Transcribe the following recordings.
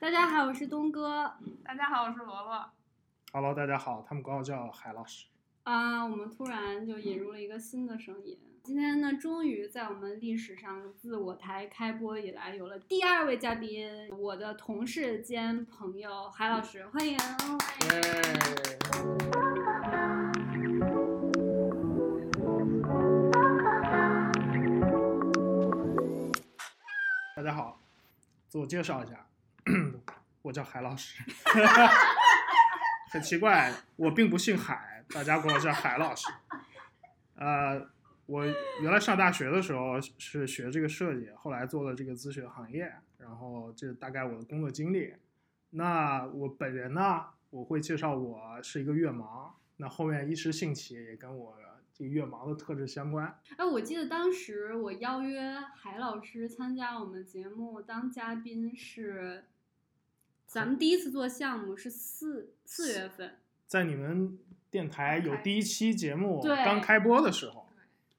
大家好，我是东哥。大家好，我是罗罗。 Hello，大家好，他们管我叫海老师。啊、我们突然就引入了一个新的声音。今天呢，终于在我们历史上自我台开播以来，有了第二位嘉宾，我的同事兼朋友海老师，欢迎。大家好，自我介绍一下， 我叫海老师。 很奇怪，我并不姓海，大家管我叫海老师。呃，我原来上大学的时候是学这个设计，后来做了这个咨询行业，然后这大概我的工作经历。那我本人呢，我会介绍我是一个越盲，那后面一时兴起也跟我这个越盲的特质相关。哎，我记得当时我邀约海老师参加我们节目当嘉宾是，咱们第一次做项目是四四月份，在你们电台有第一期节目对刚开播的时候，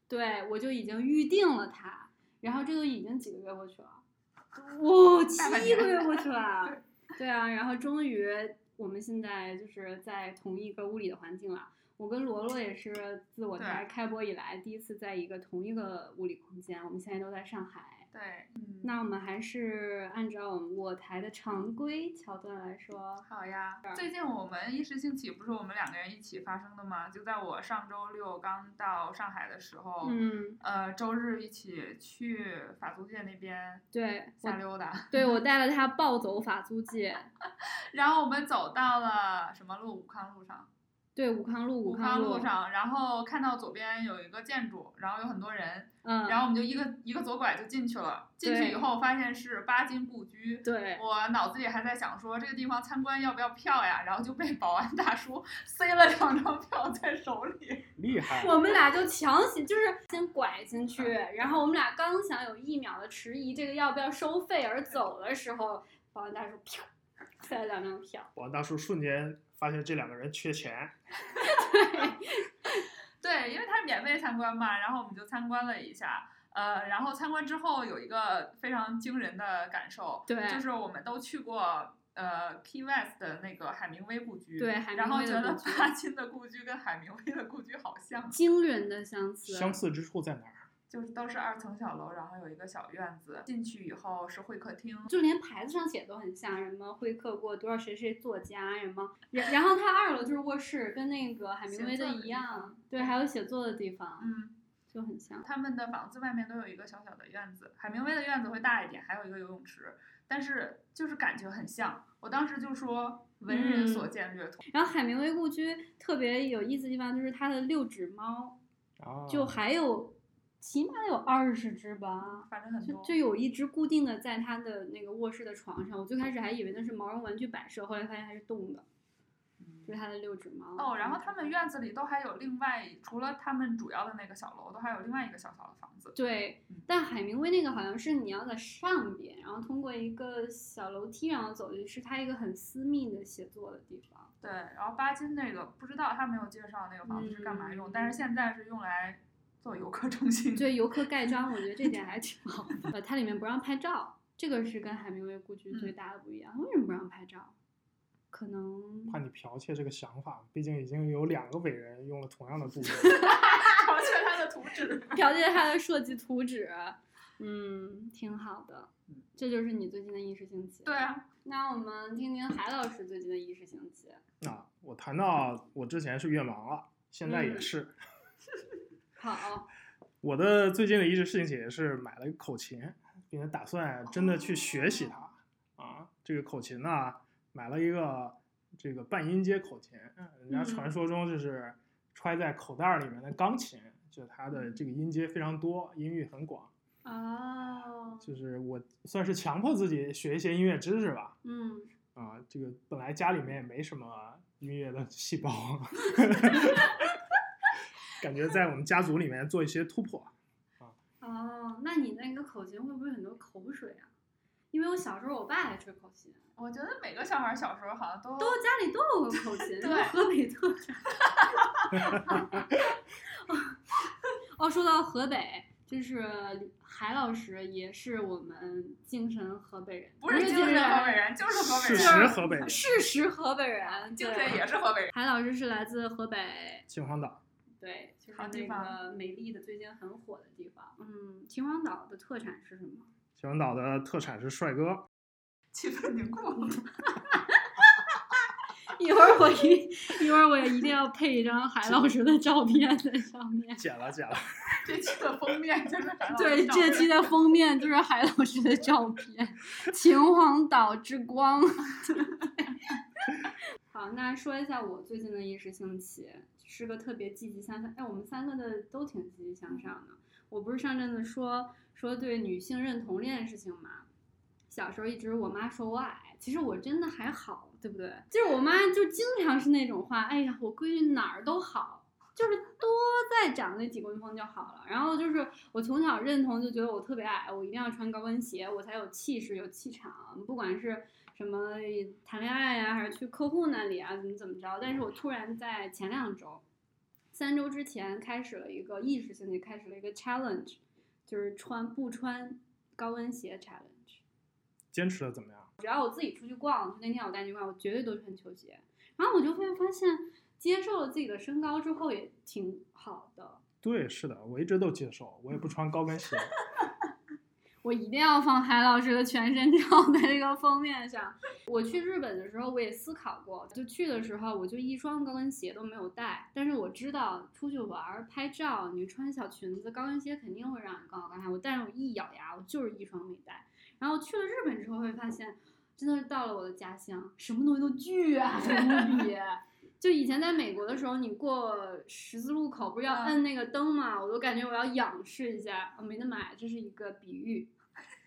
对我就已经预定了他，然后这都已经几个月过去 了，哇、大半七年个月过去了，对啊，然后终于我们现在就是在同一个屋里的环境了。我跟罗罗也是自我台对开播以来第一次在一个同一个物理空间，我们现在都在上海。对，那我们还是按照我们我台的常规桥段来说，好呀。最近我们一时兴起，不是我们两个人一起发生的吗？就在我上周六刚到上海的时候，嗯，呃，周日一起去法租界那边对瞎我溜达，对我带了他暴走法租界， 然后我们走到了什么路？武康路上。对武康路武康康路，上，然后看到左边有一个建筑，然后有很多人，嗯，然后我们就一个一个左拐就进去了。进去以对后发现是八金故居，对我脑子里还在想说这个地方参观要不要票呀，然后就被保安大叔塞了两张票在手里。厉害！我们俩就强行就是先拐进去，然后我们俩刚想有一秒的迟疑，这个要不要收费而走的时候，保安大叔啪塞了两张票，王大叔瞬间发现这两个人缺钱， 对，因为它是免费参观嘛，然后我们就参观了一下。呃，然后参观之后有一个非常惊人的感受，对就是我们都去过呃 Key West 的那个海明威故居，对海明然后威的觉得故居巴金的故居跟海明威的故居好像，惊人的相似，相似之处在哪儿？就是都是二层小楼，然后有一个小院子，进去以后是会客厅，就连牌子上写的都很像，什么会客过多少谁谁作家，什么，然然后它二楼就是卧室，跟那个海明威的一写作的地样方，对，还有写作的地方，嗯，就很像。他们的房子外面都有一个小小的院子，海明威的院子会大一点，还有一个游泳池，但是就是感觉很像。我当时就说文人所见略同，然后海明威故居特别有意思的地方就是它的六只猫，啊就还有起码有二十只吧。反正很就多。就有一只固定的在它的那个卧室的床上，我最开始还以为那是毛绒玩具摆设，后来发现它是动的，就是它的六啊只猫。嗯哦，然后他们院子里都还有另外，除了他们主要的那个小楼，都还有另外一个小小的房子。对嗯，但海明威那个好像是你要在上边，然后通过一个小楼梯，然后走进去，是他一个很私密的写作的地方。对，然后巴金那个不知道他没有介绍那个房子是干嘛用，嗯但是现在是用来做游客中心。对游客盖章，我觉得这点还挺好的。呃，它里面不让拍照，这个是跟海明威故居最嗯大的不一样。为什么不让拍照？可能怕你剽窃这个想法，毕竟已经有两个伟人用了同样的 故事。剽窃他的图纸。 剽窃它的设计图纸。嗯，挺好的嗯。这就是你最近的意识兴起。对，啊，那我们听听海老师最近的意识兴起。啊，我谈到我之前是越盲了，现在嗯也是。 好，我的最近的一件事情也是买了一个口琴，并且打算真的去学习它。啊，这个口琴呢，买了一个这个半音阶口琴，人家嗯传说中就是揣在口袋里面的钢琴，就它的这个音阶非常多，音域很广。哦，就是我算是强迫自己学一些音乐知识吧。嗯。啊，这个本来家里面也没什么音乐的细胞， 感觉在我们家族里面做一些突破。哦，那你那个口琴会不会很多口水啊？因为我小时候我爸也吹口琴，我觉得每个小孩小时候好像都都家里都有个口琴，什么河北特产。哦，说到河北，就是海老师也是我们精神河北人，不是是精神河北，人，就是河北事人，实河北人，事实河北人，精对啊 神也是河北人。海老师是来自河北，秦皇岛对，就是好地那方个美丽的最近很火的地方。嗯，秦皇岛的特产是什么？秦皇岛的特产是帅哥，气氛凝固， 一会儿我一一会儿我一定要配一张海老师的照片在上面。剪了剪了， 这期的封面就是韩老对，师 照这片期的封面就是海老师的照片， 《秦皇岛之 光》 好，那说一下我最近的一时兴起，是个特别积极向上。哎，我们三个的都挺积极向上的。我不是上阵子说说对女性认同这件事情嘛，小时候一直我妈说我矮，其实我真的还好，对不对？就是我妈就经常是那种话，哎呀，我闺女哪儿都好，就是多再长那几公分就好了。然后就是我从小认同就觉得我特别矮，我一定要穿高跟鞋，我才有气势有气场，不管是。什么谈恋爱呀、还是去客户那里啊，怎么怎么着？但是我突然在前两周，三周之前开始了一个意识性的开始了一个 challenge，就是穿不穿高跟鞋 challenge。坚持的怎么样？只要我自己出去逛，就那天我带你去逛，我绝对都穿球鞋。然后我就会发现，接受了自己的身高之后也挺好的。对，是的，我一直都接受，我也不穿高跟鞋。 我一定要放海老师的全身照在这个封面上。我去日本的时候，我也思考过，就去的时候我就一双高跟鞋都没有带，但是我知道出去玩儿拍照，你穿小裙子、高跟鞋肯定会让你更好看。我但是我一咬牙，我就是一双没带。然后去了日本之后，会发现真的是到了我的家乡，什么东西都巨啊矮无比。 就以前在美国的时候，你过十字路口不是要嗯摁那个灯嘛，我都感觉我要仰视一下，我没那么矮，这是一个比喻。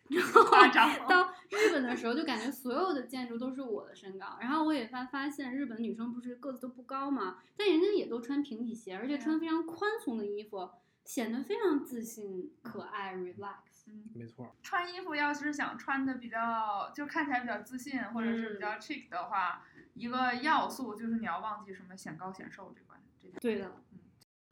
然后夸张。 到日本的时候，就感觉所有的建筑都是我的身高。然后我也发发现，日本女生不是个子都不高嘛，但人家也都穿平底鞋，而啊且穿非常宽松的衣服，显得非常自信、可爱、relax。嗯没错，穿衣服要是想穿的比较，就看起来比较自信，或者是比嗯较 chic 的话，一个要素就是你要忘记什么显高显瘦这关这点。对的嗯，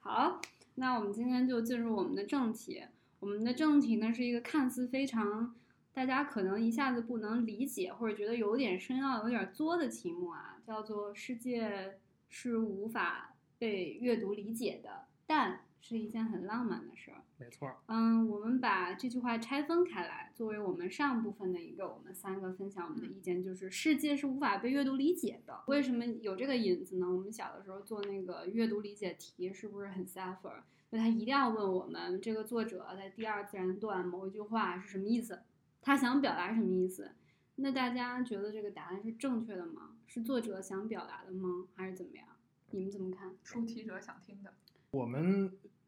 好，那我们今天就进入我们的正题。我们的正题呢是一个看似非常大家可能一下子不能理解或者觉得有点深奥、有点作的题目啊，叫做“世界是无法被阅读理解的，但是一件很浪漫的事儿”。没错。嗯，我们把这句话拆分开来，作为我们上部分的一个，我们三个分享我们的意见，就是世界是无法被阅读理解的。为什么有这个引子呢？我们小的时候做那个阅读理解题，是不是很 suffer？就他一定要问我们这个作者在第二自然段某一句话是什么意思，他想表达什么意思？那大家觉得这个答案是正确的吗？是作者想表达的吗？还是怎么样？你们怎么看？出题者想听的，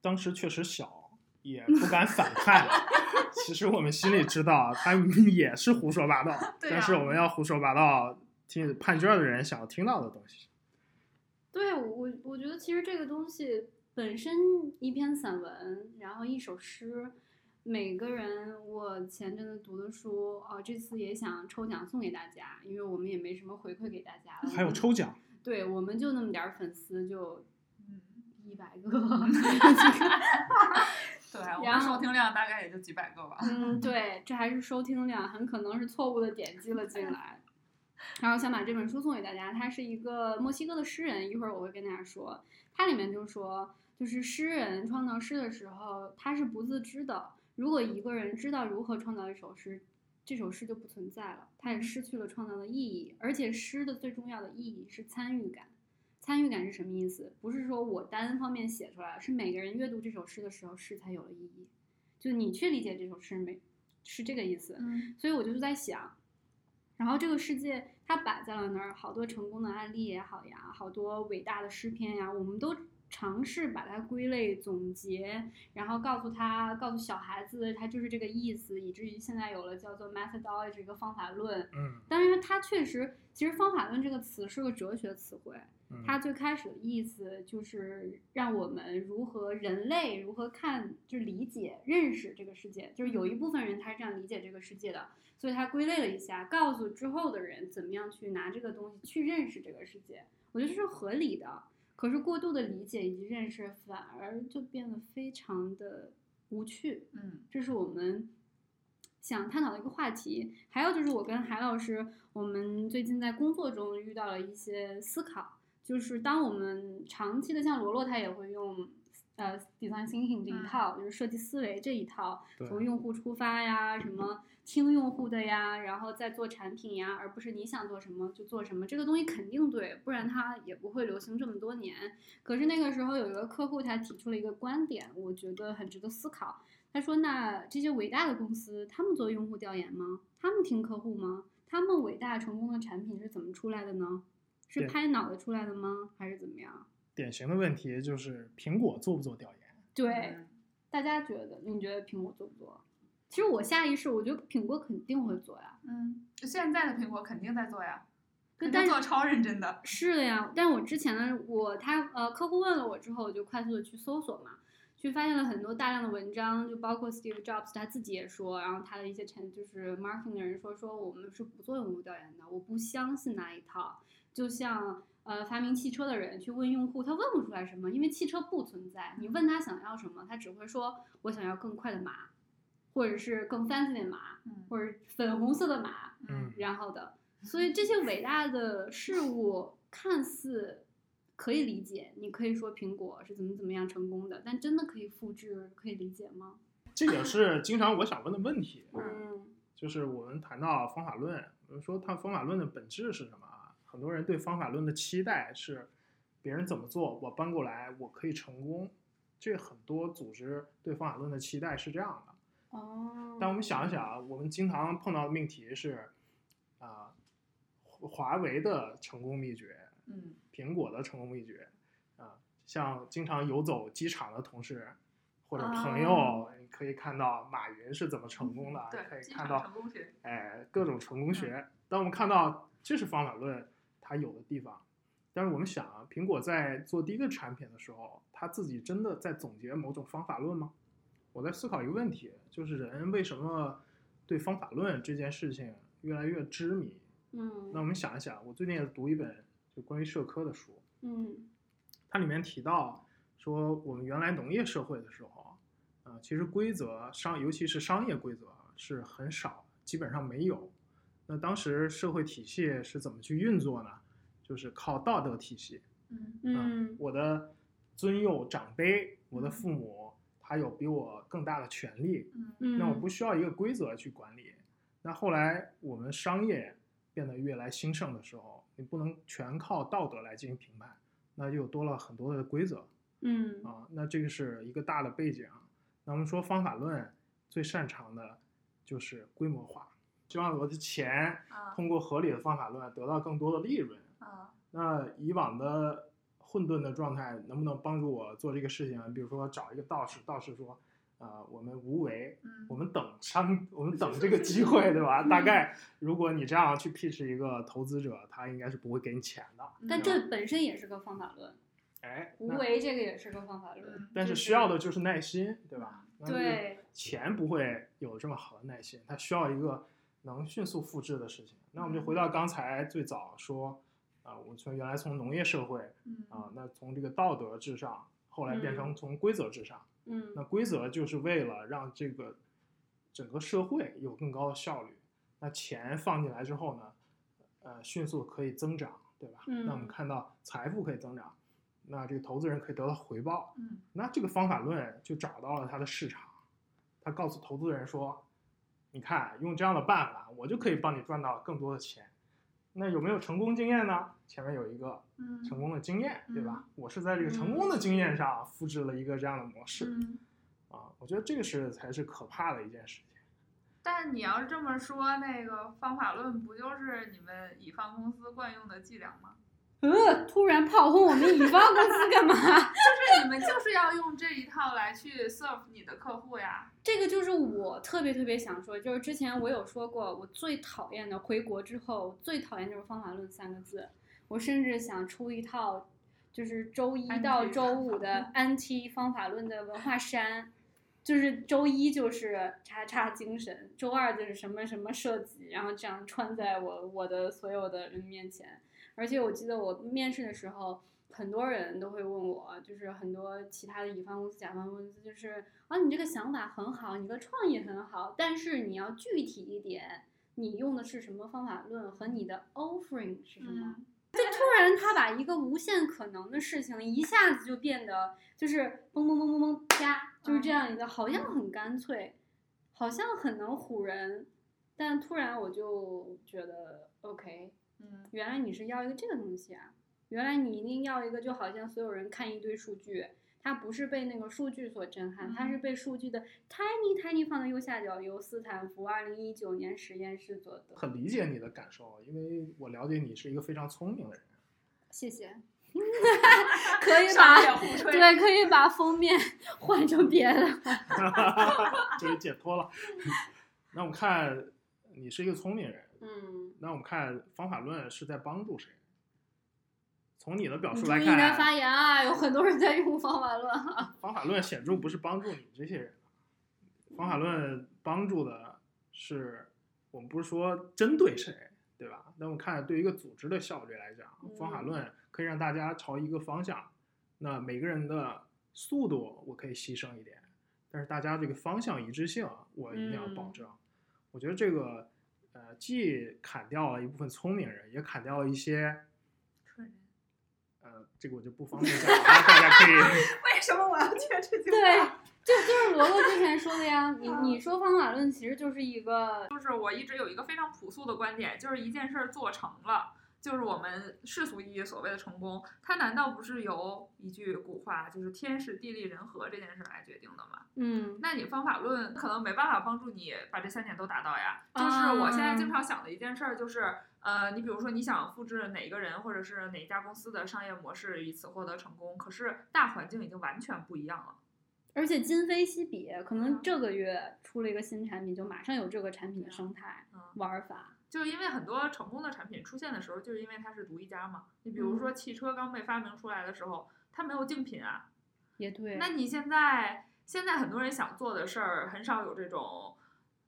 当时确实小，也不敢反叛。其实我们心里知道，啊他们也是胡说八道，对但呀是我们要胡说八道，听判卷的人想要听到的东西。对我，我我觉得其实这个东西本身一篇散文，然后一首诗，每个人我前阵子读的书，哦，这次也想抽奖送给大家，因为我们也没什么回馈给大家了。 还有，抽奖，对我们就那么点儿粉丝，就嗯，一百个。 对，我然们后收听量大概也就几百个吧。嗯，对，这还是收听量，很可能是错误的点击了进来。然后想把这本书送给大家，他是一个墨西哥的诗人，一会儿我会跟大家说，它里面就说，就是诗人创造诗的时候，他是不自知的。如果一个人知道如何创造一首诗，这首诗就不存在了，它也失去了创造的意义。而且诗的最重要的意义是参与感。参与感是什么意思？不是说我单方面写出来，是每个人阅读这首诗的时候，诗才有了意义。就你去理解这首诗没，是这个意思。嗯，所以我就是在想，然后这个世界它摆在了那儿，好多成功的案例也好呀，好多伟大的诗篇呀，我们都尝试把它归类总结，然后告诉他，告诉小孩子，他就是这个意思，以至于现在有了叫做 methodology 一个方法论。嗯，但是它确实，其实方法论这个词是个哲学词汇，嗯它最开始的意思就是让我们如何人类如何看，就是理解、认识这个世界。就是有一部分人他是这样理解这个世界的，所以他归类了一下，告诉之后的人怎么样去拿这个东西去认识这个世界。我觉得这是合理的。可是过度的理解以及认识反而就变得非常的无趣，嗯这是我们想探讨的一个话题。还有就是我跟海老师，我们最近在工作中遇到了一些思考，就是当我们长期的，像罗罗他也会用。呃，design thinking 这一嗯套、就是设计思维这一套，对从用户出发呀，什么听用户的呀，然后再做产品呀，而不是你想做什么就做什么。这个东西肯定对，不然它也不会流行这么多年。可是那个时候有一个客户他提出了一个观点，我觉得很值得思考。他说：“那这些伟大的公司，他们做用户调研吗？他们听客户吗？他们伟大成功的产品是怎么出来的呢？是对拍脑袋出来的吗？还是怎么样？”典型的问题就是苹果做不做调研？对，嗯大家觉得你觉得苹果做不做？啊其实我下意识我觉得苹果肯定会做呀，嗯，现在的苹果肯定在做呀，但肯但定是做超认真的。是的呀，但我之前呢，我他呃客户问了我之后，我就快速的去搜索嘛，去发现了很多大量的文章，就包括 Steve Jobs 他自己也说，然后他的一些产就是 marketing 的人说说我们是不做用户调研的，我不相信那一套。就像呃发明汽车的人去问用户，他问不出来什么，因为汽车不存在。你问他想要什么，他只会说我想要更快的马，或者是更 fancy 的马，嗯或者粉红色的马，嗯，然后的。所以这些伟大的事物看似可以理解，你可以说苹果是怎么怎么样成功的，但真的可以复制、可以理解吗？这个是经常我想问的问题。嗯就是我们谈到方法论，我们说它方法论的本质是什么啊？很多人对方法论的期待是别人怎么做，我搬过来，我可以成功。这很多组织对方法论的期待是这样的。嗯哦但我们想一想啊，我们经常碰到的命题是，啊、华为的成功秘诀，嗯苹果的成功秘诀，啊、像经常游走机场的同事或者朋友，哦嗯你可以看到马云是怎么成功的，可对，以机看场到成功学。哎，各种成功学。当我们看到这是方法论它有的地方，但是我们想啊，苹果在做第一个产品的时候，它自己真的在总结某种方法论吗？我在思考一个问题，就是人为什么对方法论这件事情越来越痴迷？那嗯我们想一想，我最近也读一本就关于社科的书，嗯它里面提到说，我们原来农业社会的时候，啊、其实规则商，尤其是商业规则是很少，基本上没有。那当时社会体系是怎么去运作呢？就是靠道德体系。呃嗯嗯我的尊幼长辈，我的父母，他有比我更大的权利，嗯嗯，那我不需要一个规则去管理。那后来我们商业变得越来兴盛的时候，你不能全靠道德来进行评判，那就多了很多的规则。嗯啊，那这个是一个大的背景。啊那我们说方法论最擅长的就是规模化，希望我的钱啊通过合理的方法论得到更多的利润。啊那以往的混沌的状态能不能帮助我做这个事情？比如说找一个道士，道士说，呃，我们无为，嗯，我们等商，我们等这个机会，对吧？大概如果你这样去 pitch 一个投资者，他应该是不会给你钱的。嗯但这本身也是个方法论，哎，无那为这个也是个方法论。嗯但是需要的就是耐心，对吧？那这个对，钱不会有这么好的耐心，它需要一个能迅速复制的事情。那我们就回到刚才最早说，啊、我从原来从农业社会嗯啊、那从这个道德至上，后来变成从规则至上。嗯那规则就是为了让这个整个社会有更高的效率。那钱放进来之后呢，呃，迅速可以增长，对吧？那我嗯们看到财富可以增长，那这个投资人可以得到回报，嗯那这个方法论就找到了它的市场，他告诉投资人说：“你看，用这样的办法，我就可以帮你赚到更多的钱。”那有没有成功经验呢？前面有一个嗯成功的经验，对吧？我是在这个嗯成功的经验上复制了一个这样的模式嗯啊，我觉得这个是才是可怕的一件事情。但你要是这么说，那个方法论不就是你们乙方公司惯用的伎俩吗？呃，突然炮轰我们乙方公司干嘛？就是你们就是要用这一套来去 serve 你的客户呀。这个就是我特别特别想说，就是之前我有说过，我最讨厌的回国之后最讨厌就是方法论三个字。我甚至想出一套，就是周一到周五的 anti 方法论的文化衫，就是周一就是叉叉精神，周二就是什么什么设计，然后这样穿在我我的所有的人面前。而且我记得我面试的时候，很多人都会问我，就是很多其他的乙方公司、甲方公司，就是啊，你这个想法很好，你的创意很好，但是你要具体一点，你用的是什么方法论和你的 offering 是什么？嗯，就突然他把一个无限可能的事情一下子就变得就是嘣嘣嘣嘣嘣啪，就是嗯这样一个，好像很干脆，好像很能唬人，但突然我就觉得 OK，嗯，原来你是要一个这个东西啊，原来你一定要一个，就好像所有人看一堆数据，他不是被那个数据所震撼，他是嗯被数据的 tiny tiny 放在右下角，由斯坦福二零一九年实验室做的。很理解你的感受，啊因为我了解你是一个非常聪明的人。 谢谢， 可以上把面互吹，对，可以把封面 换成别的。就是解脱了。 那我们看你是一个聪明人，嗯，那我们看方法论是在帮助谁？从你的表你述注来意你的发看，言啊，有很多人在用方法论啊。方法论显著不是帮助你们这些人，啊方法论帮助的是我们不是说针对谁，对吧？那我们看对于一个组织的效率来讲，方法嗯论可以让大家朝一个方向，那每个人的速度我可以牺牲一点，但是大家这个方向一致性我一定要保嗯证。我觉得这个呃，既砍掉了一部分聪明人，也砍掉了一些蠢人呃，这个我就不方便讲了，大家可以。 为什么我要觉得这 句对话？，就就是罗罗之前说的呀，你你说方法论其实就是一个，就是我一直有一个非常朴素的观点，就是一件事儿做成了，就是我们世俗意义所谓的成功，它难道不是由一句古话，就是天时地利人和这件事儿来决定的吗？嗯那你方法论可能没办法帮助你把这三点都达到呀。就是啊我现在经常想的一件事儿，就是呃，你比如说你想复制哪个人或者是哪一家公司的商业模式，以此获得成功，可是大环境已经完全不一样了。而且今非昔比，可嗯能这个月出了一个新产品，就马上有这个产品的生态嗯玩法。就是因为很多成功的产品出现的时候，就是因为它是独一家嘛。你比如嗯说汽车刚被发明出来的时候，它没有竞品啊。也对，那你现在现在很多人想做的事儿，很少有这种，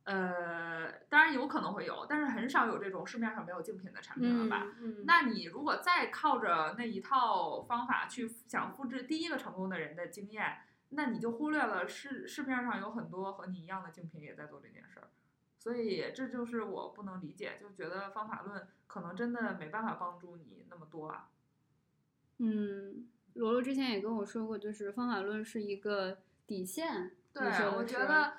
呃，当然有可能会有，但是很少有这种市面上没有竞品的产品了吧？嗯嗯，那你如果再靠着那一套方法去想复制第一个成功的人的经验，那你就忽略了市市面上有很多和你一样的竞品也在做这件事儿，所以这就是我不能理解，就觉得方法论可能真的没办法帮助你那么多啊。嗯，罗罗之前也跟我说过，就是方法论是一个底线。对啊你说，的我觉是得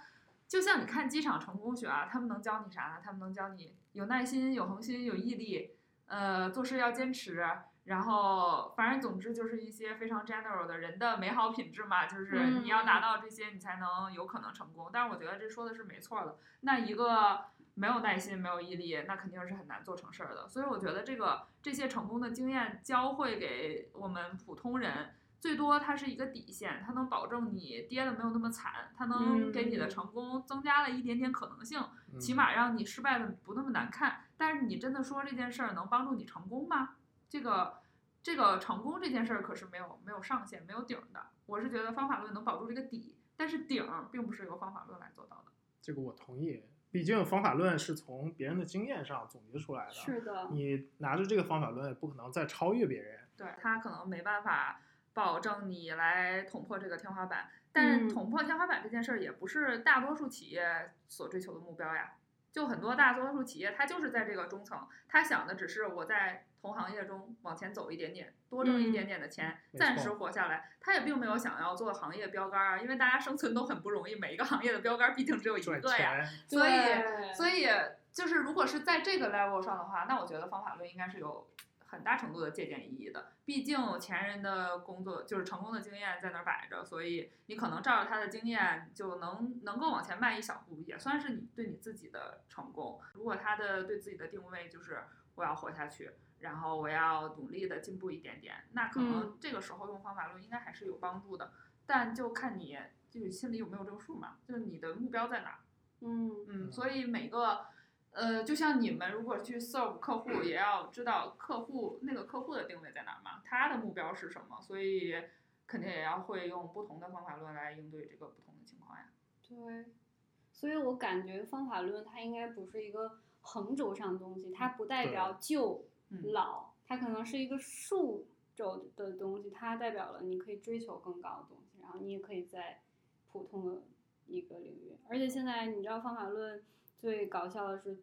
就像你看机场成功学啊，他们能教你啥？他们能教你有耐心、有恒心、有毅力，呃，做事要坚持。然后，反正总之就是一些非常 general 的人的美好品质嘛，就是你要达到这些，你才能有可能成功。但是我觉得这说的是没错的。那一个没有耐心、没有毅力，那肯定是很难做成事儿的。所以我觉得这个这些成功的经验教会给我们普通人，最多它是一个底线，它能保证你跌的没有那么惨，它能给你的嗯成功增加了一点点可能性，嗯起码让你失败的不那么难看。但是你真的说这件事儿能帮助你成功吗？这个这个成功这件事儿可是没有没有上限、没有顶儿的。我是觉得方法论能保住这个底，但是顶儿并不是由方法论来做到的。这个我同意，毕竟方法论是从别人的经验上总结出来的，是的，你拿着这个方法论，不可能再超越别人。对，它可能没办法保证你来捅破这个天花板，但是嗯捅破天花板这件事儿也不是大多数企业所追求的目标呀。就很多大多数企业，它就是在这个中层，它想的只是我在同行业中往前走一点点，多挣一嗯点点的钱，没暂错时活下来。它也并没有想要做行业标杆儿啊，因为大家生存都很不容易，每一个行业的标杆儿毕竟只有一赚个呀。钱，所以对所以就是，如果是在这个 level 上的话，那我觉得方法论应该是有很大程度的借鉴意义的。毕竟前人的工作就是成功的经验在那儿摆着，所以你可能照着他的经验就能能够往前迈一小步，也算是你对你自己的成功。如果他的对自己的定位就是我要活下去，然后我要努力的进步一点点，那可能嗯这个时候用方法论应该还是有帮助的，但就看你就是心里有没有这个数嘛，就是你的目标在哪儿。嗯嗯，嗯所以每个，呃，就像你们如果去 serve 客户，也要知道客户那个客户的定位在哪儿嘛，他的目标是什么，所以肯定也要会用不同的方法论来应对这个不同的情况呀。对，所以我感觉方法论它应该不是一个横轴上的东西，它不代对表旧嗯老，它可能是一个竖宙的东西，它代表了你可以追求更高的东西，然后你也可以在普通的一个领域。而且现在你知道方法论最搞笑的是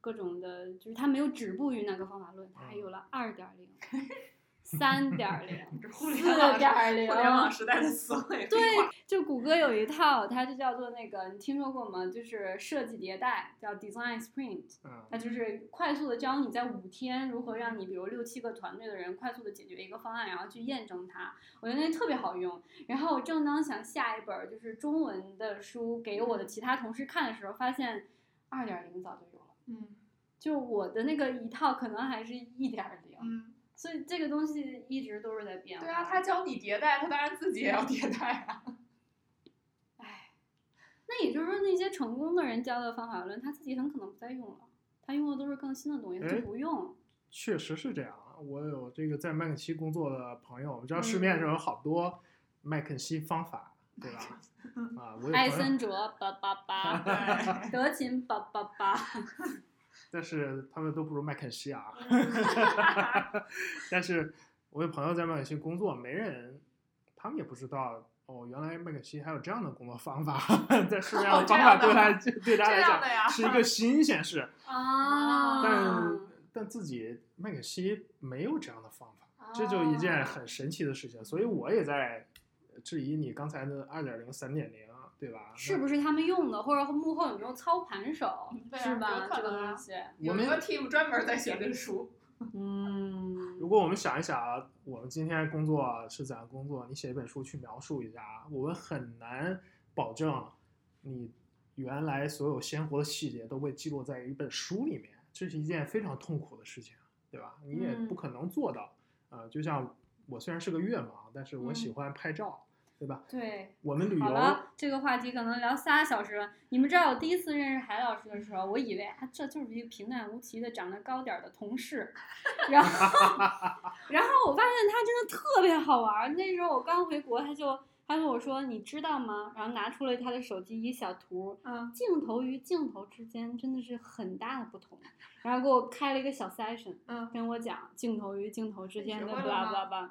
各种的，就是它没有止步于那个方法论，它还有了二点零、三点零、这互四联网点零互。联网时代的思维，对，就谷歌有一套，它就叫做那个，你听说过吗？就是设计迭代，叫 Design Sprint。嗯它就是快速的教你在五天如何让你，比如六七个团队的人快速的解决一个方案，然后去验证它。我觉得那特别好用。然后我正当想下一本儿就是中文的书给我的其他同事看的时候，发现二点零早就有了，嗯就我的那个一套可能还是一点零，嗯，所以这个东西一直都是在变化。对啊，他教你迭代，他当然自己也要迭代啊。唉，那也就是说那些成功的人教的方法论，他自己很可能不再用了，他用的都是更新的东西，他哎就不用。确实是这样啊。我有这个在麦肯锡工作的朋友，我们知道市嗯面上有好多麦肯锡方法，对吧？ 啊，我有艾朋友，森哲八八八。 对，德勤八八八，但是他们都不如麦肯锡啊。 但是我有朋友在麦肯锡工作，没人，他们也不知道哦，原来麦肯锡还有这样的工作方法，在市面上哦这方样的法对他对他这来样的呀嗯讲是一个新 鲜事，哦啊但但自己麦肯锡没有这样的方法，这就一哦件很神奇的事情。所以我也在质疑你刚才的二点零、三点零，啊对吧？是不是他们用的，或者幕后有没有操盘手，对啊是吧有？可这个能啊东西，我有们一个 team 专门在写这书。嗯，如果我们想一想啊，我们今天工作啊是怎样工作？你写一本书去描述一下啊，我们很难保证你原来所有鲜活的细节都被记录在一本书里面，这是一件非常痛苦的事情，对吧？你也嗯不可能做到。呃，就像我虽然是个月盲，但是我喜欢拍照，对吧？对。我们旅嗯好游，了，这个话题可能聊仨小时了。你们知道我第一次认识海老师的时候，我以为啊，这就是一个平淡无奇的长得高点儿的同事， 然后， 然后我发现他真的特别好玩儿。那时候我刚回国，他就他跟我说：“你知道吗？”然后拿出了他的手机一小图，嗯，镜头与镜头之间真的是很大的不同，然后给我开了一个小 session，嗯跟我讲镜头与镜头之间的学会了 blah 吗 blah blah。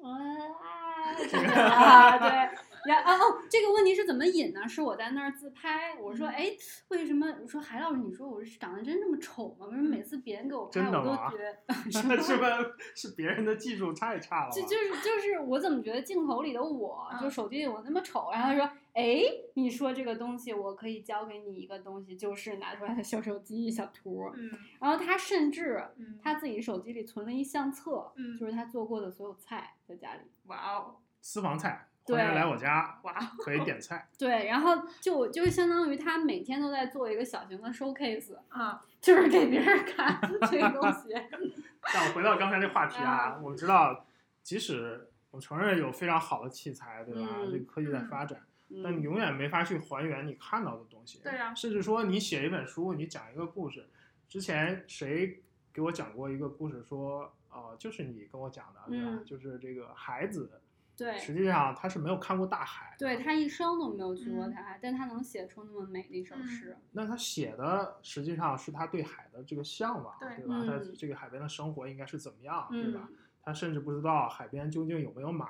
我啊， 啊对，然后哦，这个问题是怎么引呢？是我在那儿自拍，我说嗯哎，为什么？你说海老师，你说我是长得真这么丑吗？为什么嗯每次别人给我拍，真的我都吗觉得 是吧？是别人的技术太差了吧？就哦就是就是我怎么觉得镜头里的我，就嗯手机里我那么丑，然后他说，哎，你说这个东西，我可以教给你一个东西，就是拿出来的小手机小图，嗯然后他甚至嗯，他自己手机里存了一相册，嗯就是他做过的所有菜在家里，哇哦私房菜，对欢迎来我家，哇哦，可以点菜。对，然后就就相当于他每天都在做一个小型的 showcase，嗯就是给别人 看这个东西， 但我回到刚才这话题啊嗯啊，我们知道，即使我承认有非常好的器材，对吧？嗯这个科技在发展，但你嗯，永远没法去还原你看到的东西。对啊呀甚至说你写一本书，你讲一个故事，之前谁给我讲过一个故事说？哦、就是你跟我讲的，对吧？嗯就是这个孩子，对。实际上他是没有看过大海的。对他一生都没有去过嗯大海，但他能写出那么美的一首嗯诗，那他写的实际上是他对海的这个向往，对吧？他嗯这个海边的生活应该是怎么样，对吧嗯？他甚至不知道海边究竟有没有马，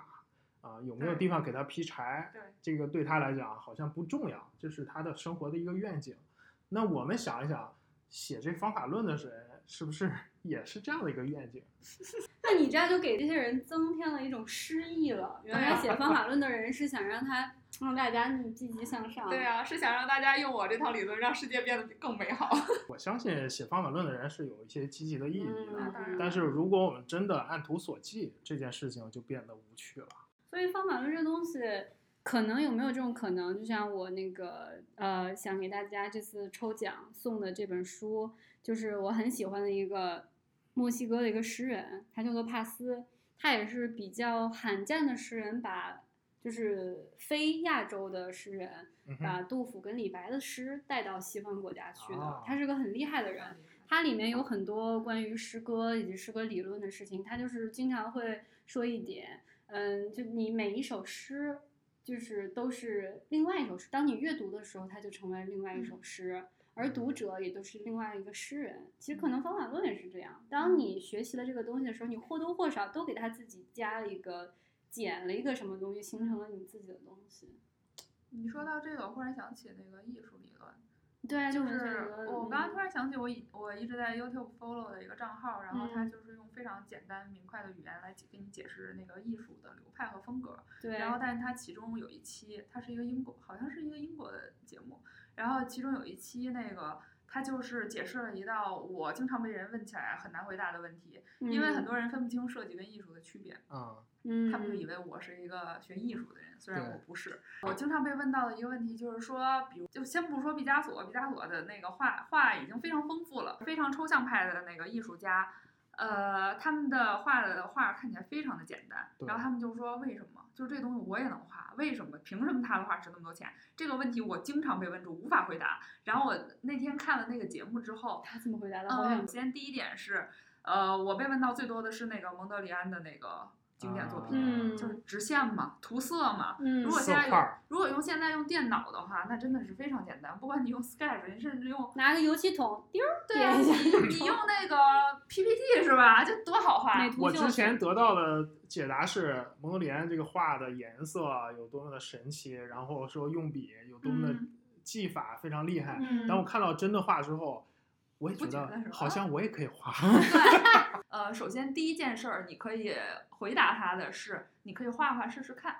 啊、有没有对地方给他劈柴，对，这个对他来讲好像不重要，这是他的生活的一个愿景。那我们想一想，写这方法论的人是不是也是这样的一个愿景？那你这样就给这些人增添了一种诗意了。原来写方法论的人是想让他让大家积极向上，对啊，是想让大家用我这套理论，让世界变得更美好。 我相信写方法论的人是有一些积极的意义的，嗯，嗯但是如果我们真的按图索骥，这件事情就变得无趣了。所以方法论这东西，可能有没有这种可能？就像我那个呃，想给大家这次抽奖送的这本书，就是我很喜欢的一个墨西哥的一个诗人，他叫做帕斯，他也是比较罕见的诗人，把就是非亚洲的诗人。嗯哼。把杜甫跟李白的诗带到西方国家去的。哦他是个很厉害的人，它里面有很多关于诗歌以及诗歌理论的事情，它就是经常会说一点，嗯，就你每一首诗，就是都是另外一首诗，当你阅读的时候，它就成为另外一首诗。而读者也都是另外一个诗人。其实可能方法论也是这样，当你学习了这个东西的时候，你或多或少都给他自己加了一个减了一个什么东西，形成了你自己的东西。你说到这个，我忽然想起那个艺术理论，对，啊就那么是这个我刚嗯刚突然想起我以我一直在 YouTube follow 的一个账号，然后他嗯就是用非常简单明快的语言来解给你解释那个艺术的流派和风格。对，然后，但是它其中有一期，它是一个英国，好像是一个英国的节目，然后其中有一期那个。他就是解释了一道我经常被人问起来很难回答的问题，因为很多人分不清设计跟艺术的区别。啊，嗯，他们就以为为我是一个学艺术的人，虽然对我不是。我经常被问到的一个问题就是说，比如就先不说毕加索，毕加索的那个画画已经非常丰富了，非常抽象派的那个艺术家，呃，他们的画的画看起来非常的简单，对然后他们就说为什么？就是这东西我也能画，为什么？凭什么他的画值那么多钱？这个问题我经常被问住，无法回答。然后我那天看了那个节目之后，他怎么回答的？好嗯，想首先第一点是，呃，我被问到最多的是那个蒙德里安的那个经典作品，嗯就是直线嘛，涂色嘛。嗯，如果啊色现在块用儿如果用现在用电脑的话，那真的是非常简单。不管你用 Sketch，你甚至用拿个油漆桶丢儿对啊，点一你下你用那个 PPT 是吧？就多好画美。图我秀之前得到的解答是，蒙德里安这个画的颜色啊有多么的神奇，然后说用笔有多么的嗯技法非常厉害。嗯当我看到真的画之后，我也觉不觉得得是吧好像我也可以 画。呃，首先第一件事儿，你可以回答他的是，你可以画画试试看，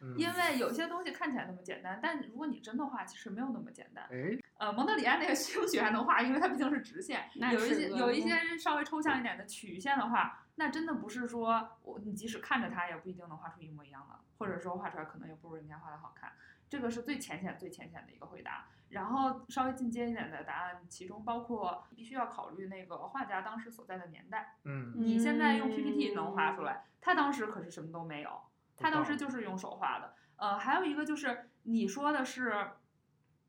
嗯因为有些东西看起来那么简单，但如果你真的画，其实没有那么简单。哎，呃，蒙德里安那个星许还能画，因为它毕竟是直线。 那有一是嗯些个有一些稍微抽象一点的曲线的话，那真的不是说我你即使看着它，也不一定能画出一模一样的，或者说画出来可能也不如人家画的好看。这个是最浅显、最浅显的一个回答。然后稍微进阶一点的答案，其中包括必须要考虑那个画家当时所在的年代。嗯，你现在用嗯 PPT 能画出来，他当时可是什么都没有，他当时就是用手画的。呃，还有一个就是你说的是，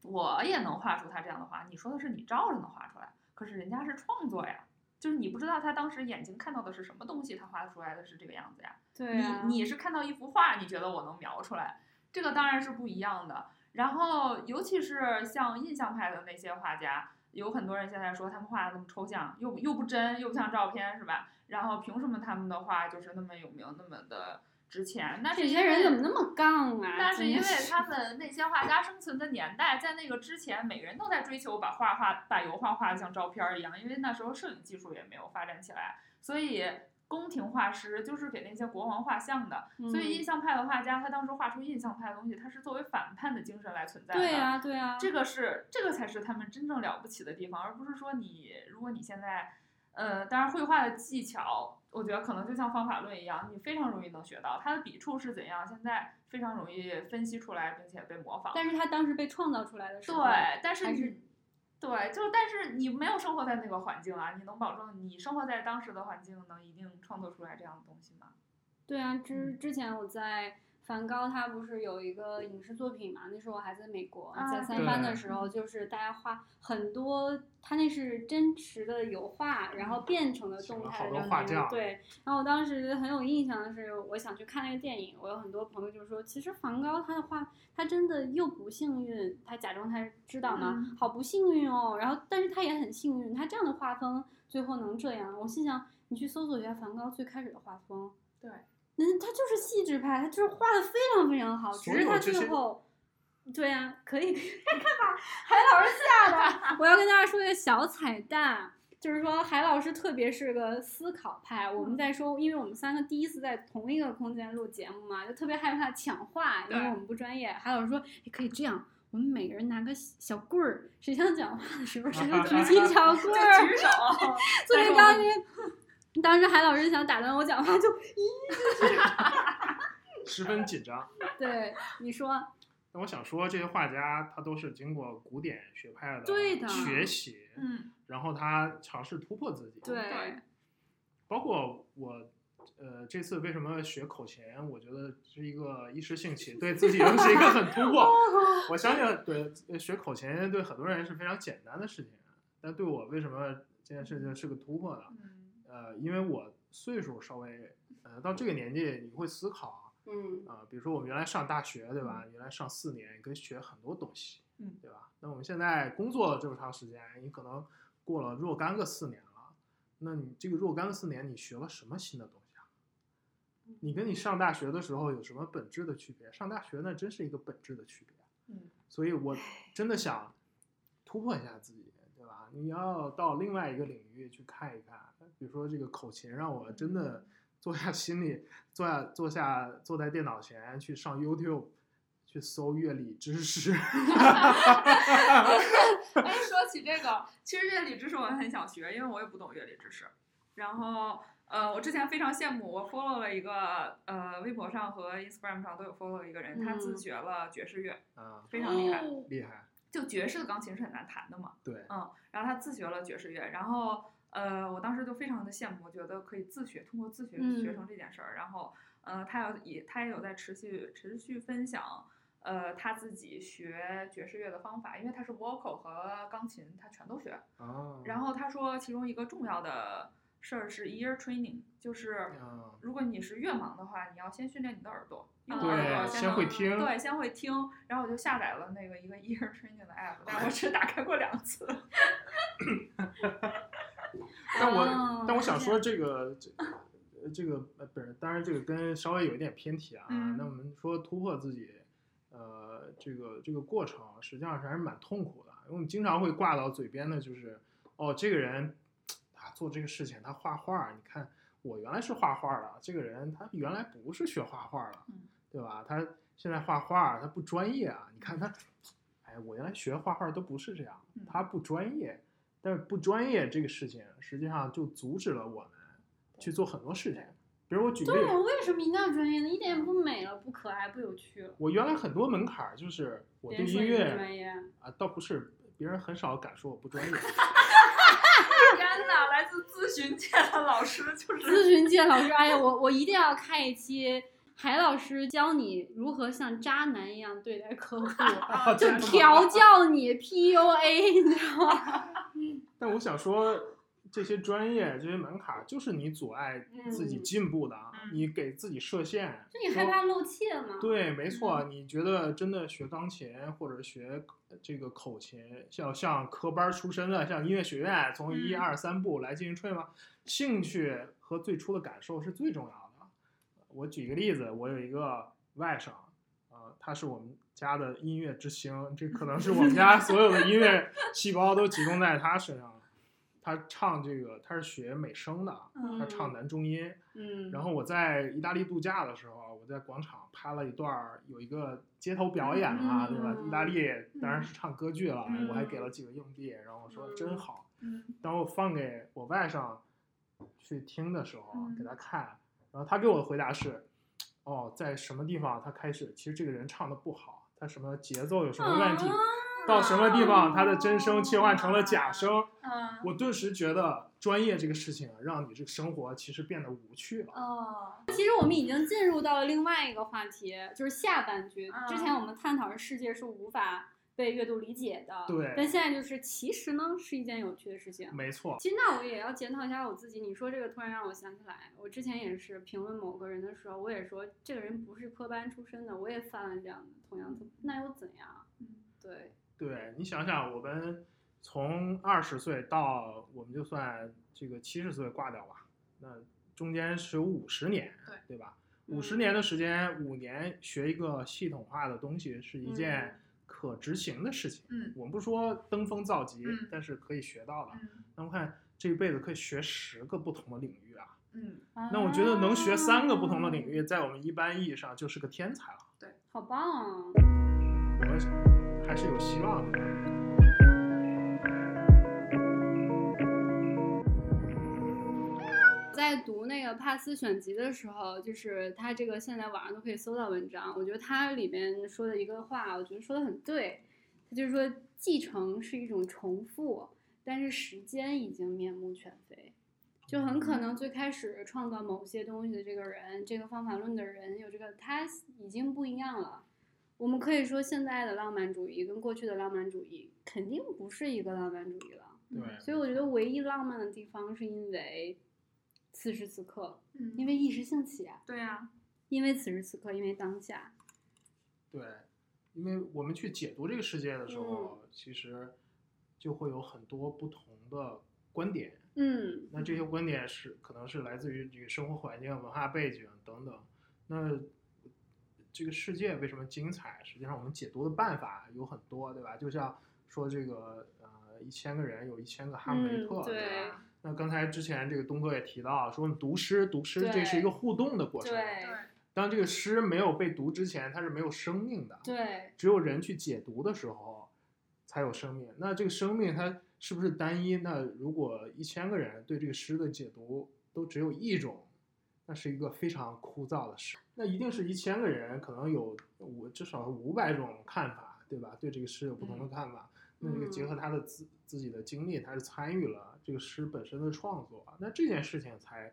我也能画出他这样的画，你说的是你照着能画出来，可是人家是创作呀，就是你不知道他当时眼睛看到的是什么东西，他画出来的是这个样子呀。对啊，你你是看到一幅画，你觉得我能描出来，这个当然是不一样的。然后，尤其是像印象派的那些画家，有很多人现在说他们画的那么抽象，又不又不真，又不像照片，是吧？然后凭什么他们的画就是那么有名，那么的值钱？那是这因些为人怎么那么杠啊？但是真因为是他们那些画家生存的年代，在那个之前，每个人都在追求把画画、把油画画的像照片儿一样，因为那时候摄影技术也没有发展起来，所以宫廷画师就是给那些国王画像的。嗯所以印象派的画家，他当时画出印象派的东西，他是作为反叛的精神来存在的。对啊呀、对呀、这个是这个才是他们真正了不起的地方，而不是说你如果你现在，呃，当然绘画的技巧，我觉得可能就像方法论一样，你非常容易能学到它的笔触是怎样，现在非常容易分析出来，并且被模仿。但是他当时被创造出来的时候，对，但是还你是对，就是但是你没有生活在那个环境啊，你能保证你生活在当时的环境能一定创作出来这样的东西吗？对啊，之嗯之前我在梵高他不是有一个影视作品嘛？那时候我还在美国，啊在三藩的对时候，就是大家画很多，他那是真实的油画，然后变成了动态嗯好的多这样画的匠对，然后我当时很有印象的是，我想去看那个电影，我有很多朋友就说，其实梵高他的画，他真的又不幸运，他假装他知道嘛，嗯好不幸运哦。然后，但是他也很幸运，他这样的画风最后能这样。我心想，你去搜索一下梵高最开始的画风。对，嗯，他就是细致派，他就是画的非常非常好，只所是有他这最些后，对呀、可以 看吧，海老师吓的。我要跟大家说一个小彩蛋，就是说海老师特别是个思考派。我们在说，因为我们三个第一次在同一个空间录节目嘛，就特别害怕抢话，因为对我们不专业。海老师说，也可以这样。我们每个人拿个小棍儿，谁想讲话的时候， 谁就举起小就棍儿。举手， 所但是以我当们时， 当时海老师想打断我讲话，就 十分紧张。对你说，但我想说，这些画家他都是经过古典学派的对的学习，嗯，然后他尝试突破自己。对，包括我，呃，这次为什么学口琴？我觉得是一个一时兴起，对自己能是一个很突破。我相信，对呃学口琴对很多人是非常简单的事情，但对我为什么这件事情是个突破呢？嗯，呃，因为我岁数稍微，呃，到这个年纪你会思考嗯啊、比如说我们原来上大学对吧？原来上四年，你可以学很多东西，嗯，对吧？那我们现在工作了这么长时间，你可能过了若干个四年了，那你这个若干个四年，你学了什么新的东西啊？你跟你上大学的时候有什么本质的区别？上大学那真是一个本质的区别。啊嗯，所以我真的想突破一下自己，对吧？你要到另外一个领域去看一看，比如说这个口琴，让我真嗯的 坐下心里，坐下坐下坐在电脑前去上 YouTube 去搜乐理知 识。 哎，说起这个，其实乐理知识我很想学，因为我也不懂乐理知识。然后，呃，我之前非常羡慕，我 follow 了一个，呃，微博上和 Instagram 上都有 follow 一个人，他自嗯学了爵士乐，啊，非常厉害。哦厉害，就爵士的钢琴是很难弹的嘛，对，嗯，然后他自学了爵士乐，然后呃，我当时就非常的羡慕，觉得可以自学，通过自学嗯学成这件事儿。然后呃，他有也他也有在持续持续分享呃他自己学爵士乐的方法，因为他是 vocal 和钢琴他全都学。啊，哦然后他说其中一个重要的事儿是 ear training，就是啊，如果你是乐盲的话，你要先训练你的耳朵，用对耳朵对，先先会能听，对，先会听，然后我就下载了那个一个 ear training 的 app，但我只打开过两次。 但我、哦但我想是说这个这呃这个呃不是，当然这个跟稍微有一点偏题啊。嗯那我们说突破自己，呃，这个这个过程实际上是还是蛮痛苦的，啊因为我们经常会挂到嘴边的就是，哦，这个人他做这个事情，他画画，你看我原来是画画的，这个人他原来不是学画画的，嗯对吧？他现在画画，他不专业啊，你看他。哎，我原来学画画都不是这样嗯，他不专业，但是不专业这个事情，实际上就阻止了我们去做很多事情。比如我举例，对啊，为什么一定要专业呢？一点也不美了，不可爱，不有趣了。我原来很多门槛儿就是我别对人说音你不乐专业，啊，倒不是别人很少敢说我不专业，天哪，来自咨询界的老师就是咨询界老师，哎呀，我我一定要开一期。海老师教你如何像渣男一样对待客 户，啊就真的吗调教你 PUA，你知道吗？ 但我想说。这些专业、这些门槛儿，就是你阻碍自己嗯进步的啊，嗯你给自己设限。就你害说怕露怯嘛？对，没错，你觉得真的学钢琴或者学这个口琴，要像科班儿出身的，像音乐学院从一嗯二三步来进行吹吗？兴趣和最初的感受是最重要的。我举一个例子，我有一个外甥，呃，他是我们家的音乐之星，这可能是我们家所有的音乐细胞都集中在他身上了。他唱这个，他是学美声的，嗯他唱男中音。嗯，然后我在意大利度假的时候，啊我在广场拍了一段儿有一个街头表演啊，对吧？嗯意大利当然是唱歌剧了，嗯我还给了几个硬币，然后我说真好。嗯当我放给我外甥去听的时候，啊嗯给他看，然后他给我的回答是：哦，在什么地方他开始，其实这个人唱的不好，他什么节奏有什么问题，哦到什么地方他的真声切换成了假哦声，嗯我顿时觉得专业这个事情啊让你这个生活其实变得无趣了。哦，其实我们已经进入到了另外一个话题，就是下半句。嗯之前我们探讨的世界是无法被阅读理解的，对但现在就是，其实呢是一件有趣的事情。没错，其实那我也要检讨一下我自己。你说这个突然让我想起来，我之前也是评论某个人的时候，我也说这个人不是科班出身的，我也犯了这样的同样错，那又怎样？嗯对，对你想想，我们从二十岁到我们就算这个七十岁挂掉吧，那中间是有五十年，对对吧？五十嗯年的时间，五年学一个系统化的东西是一件嗯可执行的事情。嗯我们不说登峰造极，嗯但是可以学到的。嗯那我看这一辈子可以学十个不同的领域啊。嗯，那那我觉得能学三个不同的领域，，在我们一般意义上就是个天才了。啊好棒、啊！我还是有希望的。在读那个帕斯选集的时候，就是他这个现在网上都可以搜到文章，我觉得他里面说的一个话，我觉得说的很对，他就是说继承是一种重复，但是时间已经面目全非，就很可能最开始创造某些东西的这个人，这个方法论的人，有这个他已经不一样了。我们可以说，现在的浪漫主义跟过去的浪漫主义肯定不是一个浪漫主义了。嗯对，所以我觉得唯一浪漫的地方是因为此时此刻，嗯，因为一时兴起啊，对呀，因为此时此刻，因为当下。对，因为我们去解读这个世界的时候，嗯其实就会有很多不同的观点。嗯那这些观点是可能是来自于这个生活环境、文化背景等等。那这个世界为什么精彩？实际上我们解读的办法有很多，对吧？就像说这个呃，一千个人有一千个哈姆雷特，嗯对吧？那刚才之前这个东哥也提到，说我们读诗，读诗对这是一个互动的过程。对对，当这个诗没有被读之前，它是没有生命的。对只有人去解读的时候才有生命。那这个生命它是不是单一？那如果一千个人对这个诗的解读都只有一种，那是一个非常枯燥的诗。那一定是一千个人可能有五至少五百种看法，对吧？对这个诗有不同的看法。那这个结合他的自自己的经历，他是参与了这个诗本身的创作，啊那这件事情才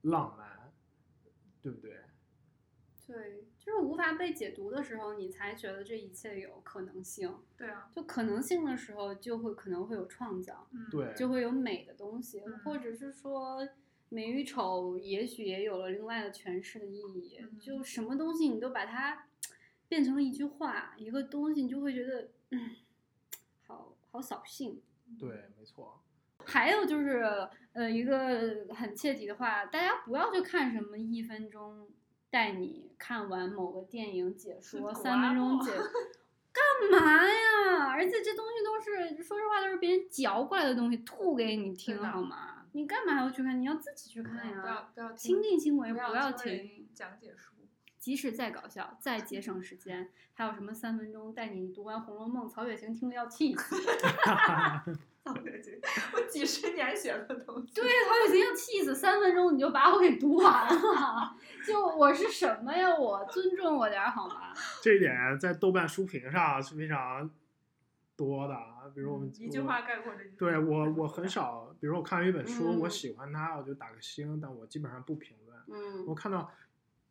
浪漫，对不对？对，就是无法被解读的时候，你才觉得这一切有可能性。对啊，就可能性的时候，就会可能会有创造。嗯，对，就会有美的东西，嗯或者是说美与丑，也许也有了另外的诠释的意义。嗯就什么东西你都把它变成了一句话，一个东西，你就会觉得，嗯，好好扫兴。对，没错，还有就是，呃，一个很切题的话，大家不要去看什么一分钟带你看完某个电影解说，古三分阿钟莫 解干嘛呀？而且这东西都是，说实话都是别人嚼过来的东西，吐给你听对的好吗？你干嘛还要去看？你要自己去看不呀，要不要亲听，力亲不为，不要听人听。讲解书，即使再搞笑，再节省时间，还有什么三分钟带你读完《红楼梦》，曹雪芹听了要气死。我的天我几十年学的东西，对，曹雪芹要气死，三分钟你就把我给读完了。 就我是什么呀？我尊重我点儿好吗？这一点在豆瓣书评上是非常多的啊。比如我们、嗯一句话，概括这一对我我很少，少，比如我看完一本书，嗯我喜欢它，我就打个星，但我基本上不评论。嗯我看到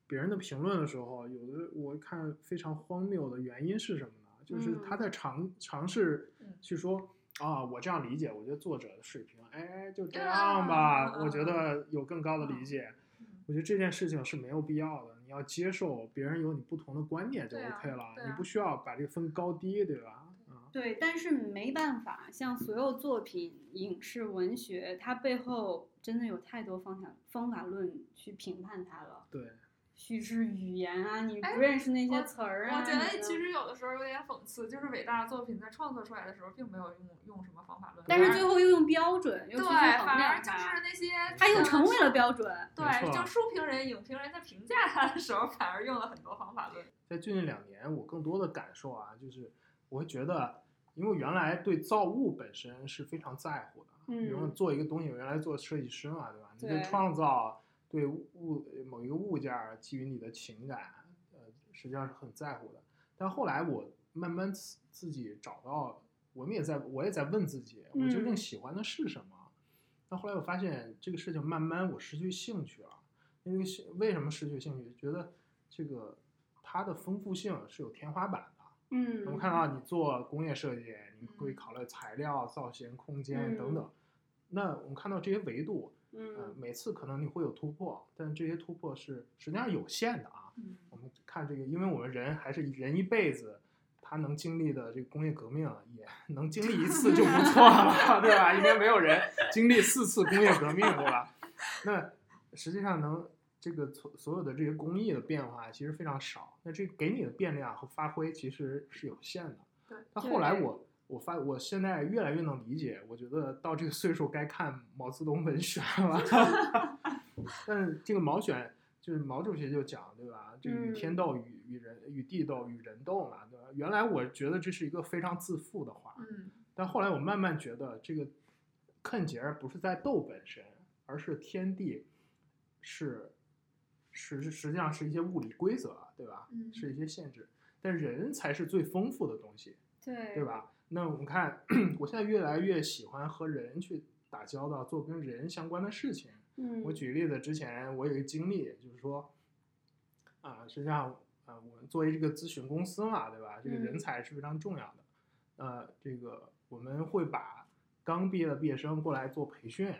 别人的评论的时候，有的我看非常荒谬的原因是什么呢？就是他在尝尝试嗯去说。啊，我这样理解，我觉得作者的水平，哎，就这啊样吧。嗯我觉嗯得有更高的理解，嗯我觉得这件事情是没有必要的，你要接受别人有你不同的观点就对啊 OK 了，对你啊不需要把这个分高低，对吧？嗯，对，但是没办法，像所有作品、影视、文学，它背后真的有太多方法方法论去评判它了，对，叙事语言啊，你哎不认识那些我词儿啊。我觉你得知其道实有的时候有点讽刺，就是伟大的作品在创作出来的时候，并没有用用什么方法论，但是反而最后又用标准，又对，去衡反量而就它是，那些它又像成为书了标准。没对，错就书评人、影评人在评价他的时候，反而用了很多方法论。在最近两年，我更多的感受啊，就是我会觉得，因为原来对造物本身是非常在乎的，啊比如说嗯做一个东西，原来做设计师嘛，对吧？你对对创造对物某一个物件儿基于你的情感，呃，实际上是很在乎的。但后来我慢慢自自己找到，我们也在我也在问自己，我究竟嗯喜欢的是什么？但后来我发现这个事情慢慢我失去兴趣了，因为是为什么失去兴趣？觉得这个它的丰富性是有天花板的。嗯我们看到你做工业设计，你会嗯考虑材料、造型、空间嗯等等。那我们看到这些维度，呃，嗯每次可能你会有突破，但这些突破是实际上有限的啊。嗯，我们看这个，因为我们人还是人一辈子，他能经历的这个工业革命啊也 能经历一次就不错了， 对吧？应该没有人经历四次工业革命，对吧？那实际上能这个所所有的这些工艺的变化其实非常少，那这给你的变量和发挥其实是有限的。对但后来对我我发我现在越来越能理解，我觉得到这个岁数该看毛泽东文选了。但这个毛选就是毛主席就讲对吧？这个与嗯天斗，与与人与地斗，与人斗嘛，对吧？原来我觉得这是一个非常自负的话，嗯，但后来我慢慢觉得，这个看节儿不是在斗本身，而是天地是实实际上是一些物理规则，对吧？嗯是一些限制，但人才是最丰富的东西，对对？吧？那我们看， 我现在越来越喜欢和人去打交道，做跟人相关的事情。嗯，我举例子，之前我有一个经历，就是说，啊、实际上，啊，我们作为这个咨询公司嘛，对吧？这个人嗯才是非常重要的。呃，这个我们会把刚毕业的毕业生过来做培训，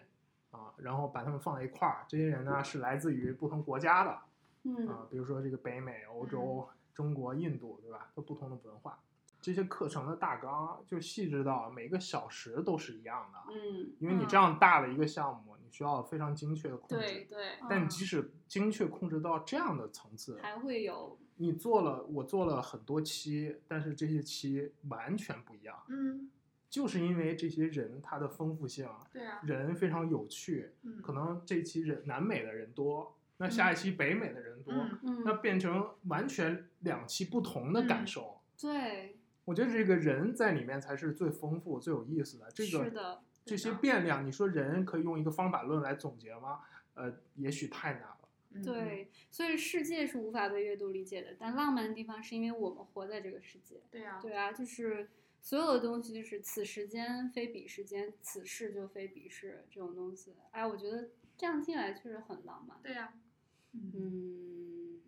啊、然后把他们放在一块儿。这些人呢是来自于不同国家的，啊、嗯比如说这个北美、欧洲、中国、印度，对吧？都不同的文化。这些课程的大纲就细致到每个小时都是一样的，嗯，因为你这嗯样大的一个项目，你需要非常精确的控对制。对，啊但嗯即使精确控制到这样的层次，还会有你做了，我做了很多期，但是这些期完全不一样，嗯，就是因为这些人他的丰富性，对啊，人非常有趣，嗯，可能这期人南美的人多，那下一期北美的人多，嗯嗯那，变成完全两期不同的感嗯受。对，我觉得这个人在里面才是最丰富、最有意思的。这是个的，这些是的变量，你说人可以用一个方法论来总结吗？呃，也许太难了。嗯，对，所以世界是无法被阅读理解的，但浪漫的地方是因为我们活在这个世界。对啊，对啊，就是所有的东西，就是此时间非彼时间，此事就非彼事这种东西。哎，我觉得这样听来确实很浪漫。对啊，嗯嗯，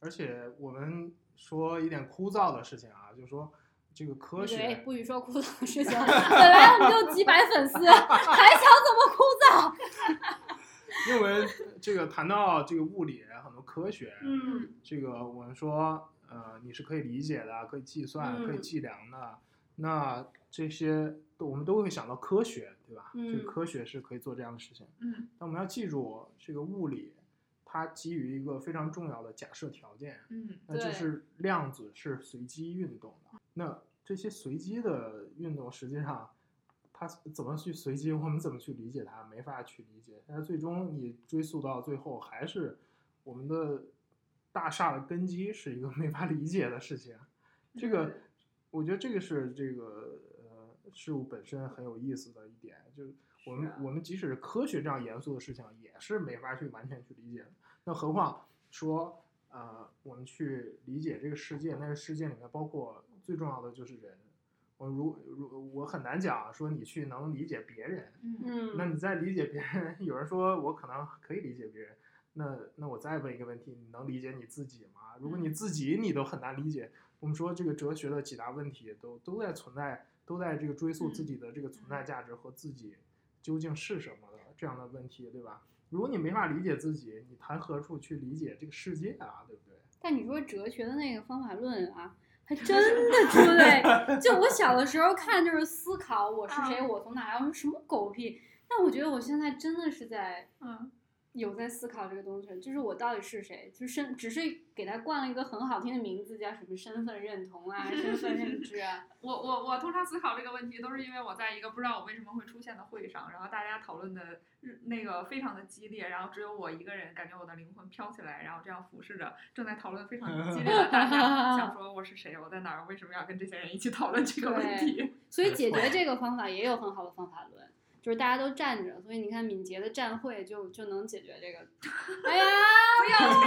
而且我们说一点枯燥的事情啊，就是说这个 科对，学，不许说枯燥的 事情。本来我们就几百粉丝，还想怎么枯燥？因为这个谈到这个物理很多科学，嗯这个我们说，呃，你是可以理解的，啊可以计算，可以嗯计量的。那这些都我们都会想到科学，对吧？这嗯个科学是可以做这样的事情。嗯但我们要记住，这个物理它基于一个非常重要的假设条件，嗯那就对是量子是随机运动的。那这些随机的运动，实际上它怎么去随机，我们怎么去理解它，没法去理解。但是最终你追溯到最后，还是我们的大厦的根基是一个 没法理解的事情。这个，我觉得这个是这个呃事物本身很有意思的一点，就是我们、是啊我们即使是科学这样严肃的事情，也是没法去完全去理解的。那何况说呃我们去理解这个世界，那个世界里面包括最重要的就是人。我如如我很难讲说你去能理解别人，嗯嗯，那你在理解别人， 有人说我可能可以理解别人，那那我再问一个问题，你能理解你自己吗？如果你嗯自己你都很难理解，我们说这个哲学的几大问题都都在存在，都在这个追溯自嗯己的这个存在嗯价值和自己究竟是什么的这样的问题，对吧？如果你没法理解自己，你谈何处去理解这个世界啊？对不对？但你说哲学的那个方法论啊，还真的出类。就我小的时候看，就是思考我是谁，啊我从哪来，我说什么狗屁。但我觉得我现在真的是在嗯有在思考这个东西，就是我到底是谁，就身只是给它冠了一个很好听的名字，叫什么身份认同啊、身份认知 啊。我我我通常思考这个问题，都是因为我在一个不知道我为什么会出现的会议上，然后大家讨论的日那个非常的激烈，然后只有我一个人感觉我的灵魂飘起来，然后这样俯视着正在讨论非常激烈的大 家，想说我是谁，我在哪儿，为什么要跟这些人一起讨论这个问题？所以解决这个方法也有很好的方法论，就是大家都站着，所以你看敏捷的站会就就能解决这个。哎呀，不要听，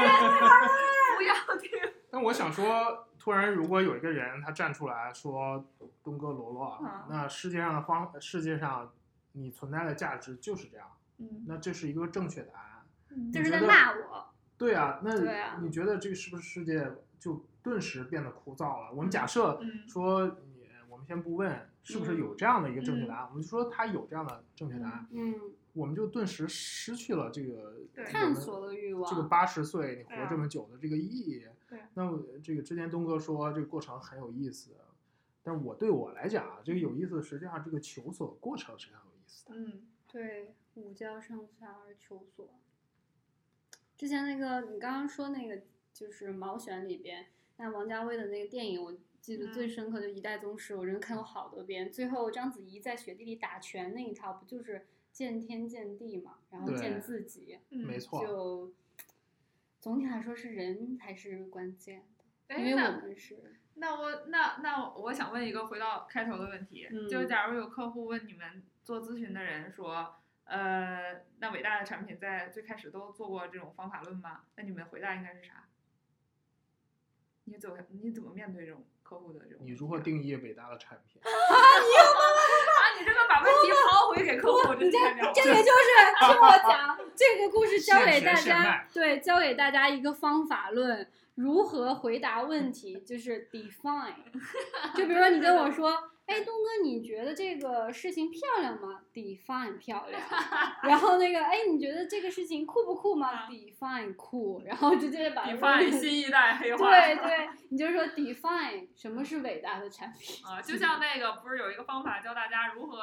不要听，但我想说，突然如果有一个人他站出来说东哥罗罗，啊嗯那世界上的方世界上你存在的价值就是这样，嗯，那这是一个正确答案。这嗯是你觉在得骂我。对啊，那对啊你觉得这个是不是世界就顿时变得枯燥了？我们假设嗯说你，我们先不问是不是有这样的一个正确答案，我们就说他有这样的正确答案，嗯，我们就顿时失去了这个对我们探索的欲望。嗯这个八十岁你对活啊这么久的这个意义。对啊那我这个之前东哥说这个过程很有意思，但我对我来讲啊，这个有意思，实际上这个求索过程是很有意思的。嗯对，午觉上下而求索。之前那个你刚刚说那个就是毛选里边，那王家卫的那个电影，我记得最嗯深刻就《一代宗师》，我真的看过好多遍。最后章子怡在雪地里打拳那一套，不就是见天见地嘛，然后对见自己，嗯，没。错，就总体来说是人才是关键的，哎，因为那我们是那我那那我想问一个回到开头的问题，嗯就是假如有客户问你们做咨询的人说，呃，那伟大的产品在最开始都做过这种方法论吗？那你们的回答应该是啥？你怎么你怎么面对这种客户的这种问题啊？你 如何定义伟大的产品？啊？你这个把问题抛回 给客户，这太妙了这个 就是听我讲这个故事，教现给学大现家卖对，教给大家一个方法论，如何回答问题，就是 define。就比如说你跟我说，哎，东哥，你觉得这个事情漂亮吗？define 漂 亮。然后那个，哎，你觉得这个事情酷不酷啊吗？define 酷。然后直接把你发问题新一代黑化。 对对，你就说 define 什么是伟大的产品。啊，就像那个不是有一个方法教大家如何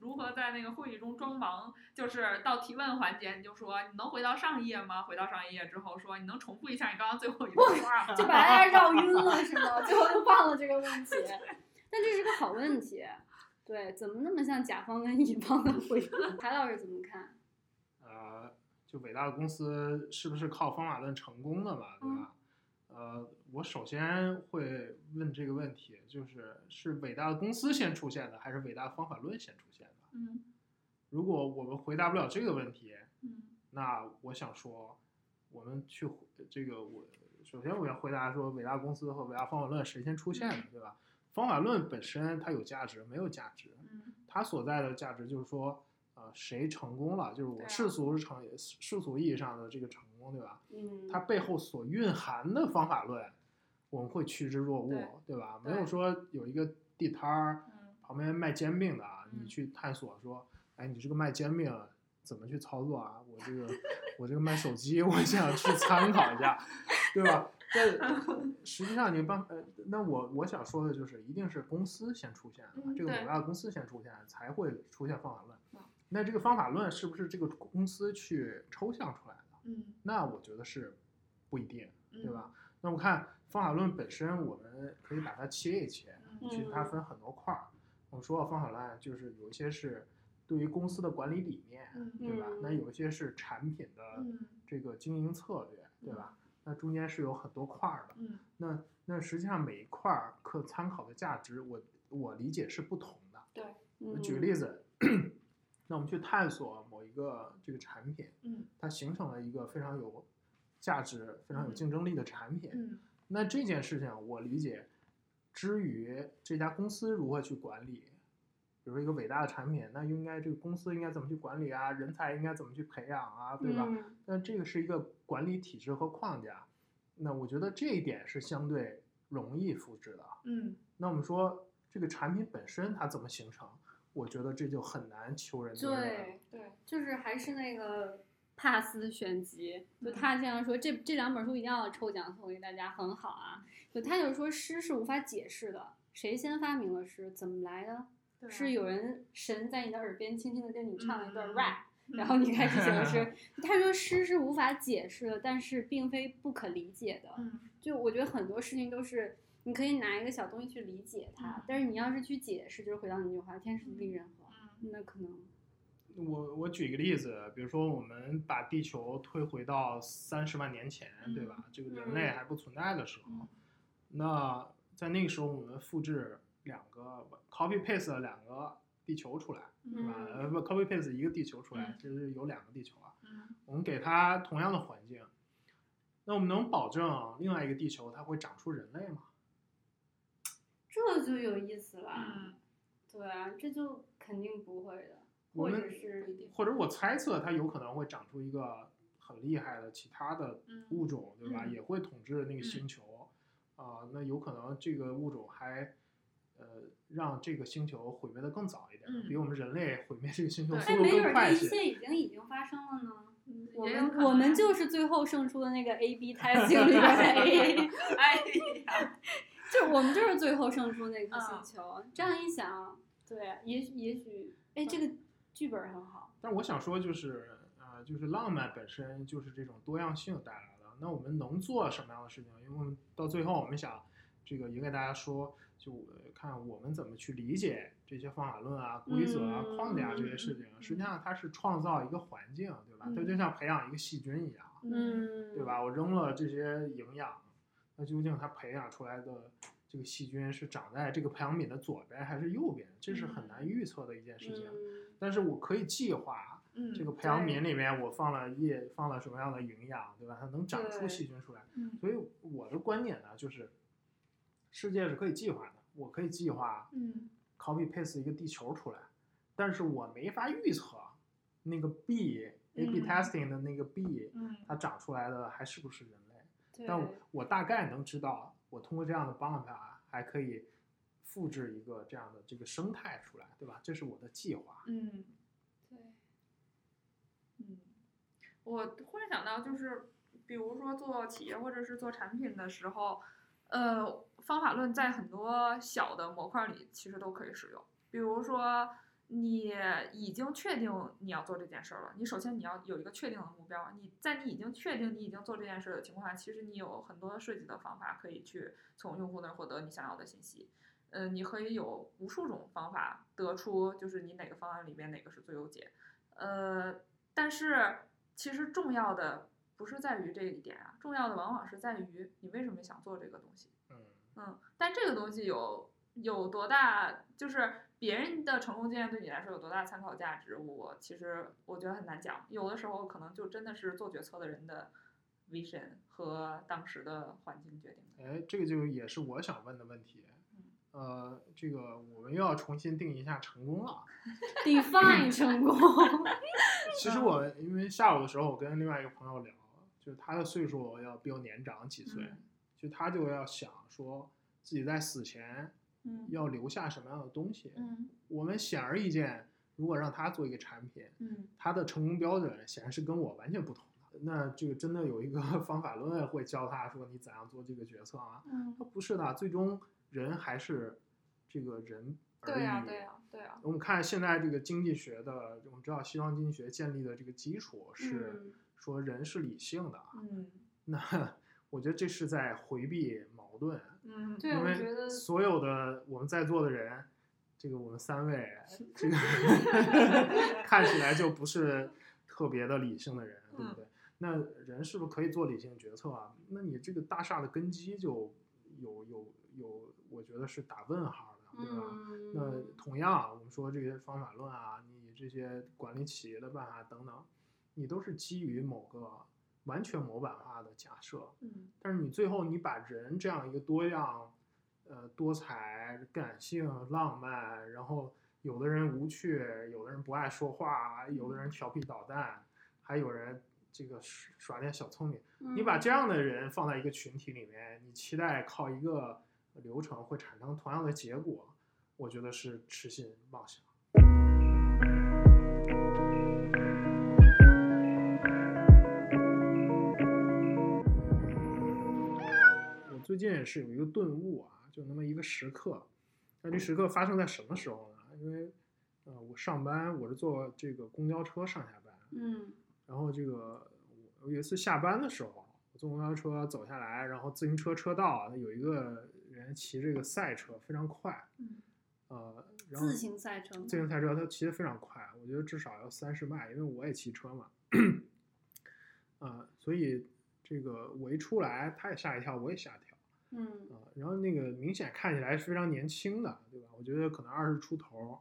如何在那个会议中装忙，就是到提问环节你就说你能回到上一页吗？回到上一页之后说你能重复一下你刚刚最后一段话 吗？就把大家绕晕了是吗？最后都忘了这个问题，但这是个好问题。对，怎么那么像甲方跟乙方的回答？台老师怎么看？呃，就伟大的公司是不是靠方法论成功的嘛，对吧？嗯呃，我首先会问这个问题，就是是伟大的公司先出现的，还是伟大的方法论先出现的？嗯如果我们回答不了这个问题，嗯那我想说，我们去回这个我首先我要回答说，伟大公司和伟大方法论谁先出现的，嗯对吧？方法论本身它有价值没有价值，嗯它所在的价值就是说，呃，谁成功了，就是对我啊世俗成世俗意义上的这个成功，对吧？嗯，它背后所蕴含的方法论，我们会趋之若鹜，对对吧？对没有说有一个地摊儿嗯旁边卖煎饼的啊，嗯你去探索说，哎，你这个卖煎饼怎么去操作啊？我这个我这个卖手机，我想去参考一下，对吧？这嗯 实际上你办呃，那我我想说的就是，一定是公司先出现的嘛，嗯这个对伟大的公司先出现，才会出现方法论嗯。那这个方法论是不是这个公司去抽象出来的？嗯那我觉得是不一定，嗯，对吧？那我看方法论本身，我们可以把它切一切，嗯？其实它分很多块儿。我们说到方法论，就是有一些是对于公司的管理理念，嗯对吧？那嗯有一些是产品的嗯这个经营策略，对吧？那中间是有很多块儿的。嗯那那实际上每一块儿可参考的价值，我我理解是不同的。嗯我举个例子，子， 那我们去探索某一个这个产品，嗯它形成了一个非常有价值、非常有嗯竞争力的产品。嗯那这件事情，我理解，至于这家公司如何去管理，比如说一个伟大的产品，那应该这个公司应该怎么去管理啊？人才应该怎么去培养啊？对吧？嗯那这个是一个管理体制和框架，那我觉得这一点是相对容易复制的。嗯那我们说这个产品本身它怎么形成，我觉得这就很难求人得人了。对，对，就是还是那个帕斯选集，就嗯他这样说，这这两本书一定要抽奖送给大家，很好啊。就他就说诗是无法解释的，谁先发明了诗，怎么来的？对啊是有人神在你的耳边轻轻的跟你唱一段嗯嗯嗯 rap，、然后你开始写 诗。他说诗是无法解释的，但是并非不可理解的。嗯就我觉得很多事情都是你可以拿一个小东西去理解它，嗯但是你要是去解释，就是回到你那句话，天时地利人和，嗯那可能我我举一个例子，比如说我们把地球推回到三十万年前，对吧？这个人类嗯还不存在的时候，嗯那在那个时候我们复制两个 copy paste 了两个地球出来，嗯是吧？呃不 copy paste 一个地球出来嗯，这是有两个地球啊。嗯我们给它同样的环境，那我们能保证另外一个地球它会长出人类吗？这就有意思了。嗯对啊，这就肯定不会的，我或们者是不一定或者我猜测它有可能会长出一个很厉害的其他的嗯物种，对吧？嗯也会统治那个嗯星球，啊、那有可能这个物种还呃让这个星球毁灭的更早一点，嗯比我们人类毁灭这个星球对速哎，度没更准这快一一些。切已经已经发生了呢。嗯我也有可们能我们就是最后胜出的那个 A B 胎星里 边的 A，哎呀， 就我们就是最后胜出那颗嗯星球。这样一想，对，也许也许，哎，这个剧本很好。但我想说就是，呃，就是浪漫本身就是这种多样性带来的。那我们能做什么样的事情？因为我们到最后我们想，这个也给大家说，就呃看我们怎么去理解这些方法论啊、规则啊、嗯框架这些事情嗯。嗯嗯实际上它是创造一个环境，对吧？它嗯就像培养一个细菌一样，嗯，对？吧？我扔了这些营养，那究竟它培养出来的这个细菌是长在这个培养皿的左边还是右边？这是很嗯难预测的一件事情。嗯，但是我可以计划。嗯这个培养对皿里面我放了叶，放了什么样的营养，对吧？它能长出对细菌出来。嗯所以我的观点呢，就是世界是可以计划的，我可以计划嗯 copy paste 一个地球出来，但是我没法预测那个 B A B 嗯 testing 的那个 B，嗯它长出来的还是不是人类？对但我我大概能知道，我通过这样的方法还可以复制一个这样的这个生态出来，对吧？这是我的计划。嗯对，嗯，我忽然想到，就是比如说做企业或者是做产品的时候，呃，方法论在很多小的模块里其实都可以使用。比如说，你已经确定你要做这件事儿了，你首先你要有一个确定的目标。你在你已经确定你已经做这件事儿的情况下，其实你有很多设计的方法可以去从用户那儿获得你想要的信息。嗯、你可以有无数种方法得出，就是你哪个方案里面哪个是最优解。呃，但是其实重要的不是在于这一点啊，重要的往往是在于你为什么想做这个东西。嗯嗯，但这个东西有有多大，就是别人的成功经验对你来说有多大参考价值，我其实我觉得很难讲。有的时候可能就真的是做决策的人的 vision 和当时的环境决定的。哎，这个就也是我想问的问题。嗯呃，这个我们又要重新定义一下成 功了。 define 成功，其实我因为下午的时候，我跟另外一个朋友聊，就是他的岁数要比我年长几岁，嗯就他就要想说自己在死前嗯要留下什么样的东西。嗯我们显而易见，如果让他做一个产品，嗯他的成功标准显然是跟我完全不同的。那这个真的有一个 方法论会教他说你怎样做这个决策啊？嗯他，不是的，最终人还是这个人而已。对呀、对啊呀、对呀、我们看现在这个经济学的，我们知道西方经济学建立的这个基础是嗯说人是理性的啊。嗯那 我觉得这是在回避矛盾，啊嗯，对因我为觉得所有的我们在座的人，这个我们三位，这个看起来就不是特别的理性的人，对嗯不对？那人是不是可以做理性决策啊？那你这个大厦的根基就有有有，我觉得是打问号的，对吧？那嗯，同样，啊我们说这些方法论啊，你这些管理企业的办法等等，你都是基于某个完全模板化的假设，嗯但是你最后你把人这样一个多样、呃多彩、感性、浪漫，然后有的人无趣，有的人不爱说话，有的人调皮捣蛋，还有人这个耍耍点小聪明。你把嗯这样的人放在一个群体里面，你期待靠一个流程会产生同样的结果，我觉得是痴心妄想。我最近也是有一个顿悟啊，就那么一个时刻。那这时刻发生在什么时候呢？因为，呃，我上班我是坐这个公交车上下班，嗯然后这个我有一次下班的时候，啊我坐公交车走下来，然后自行车车道啊有一个人骑这个赛车，非常快，嗯呃，然后自行赛车嘛，自行赛车他骑得非常快，我觉得至少要三十迈，因为我也骑车嘛， 呃，所以这个我一出来，他也吓一跳，我也吓一跳。嗯啊，然后那个明显看起来是非常年轻的，对吧？我觉得可能二十出头，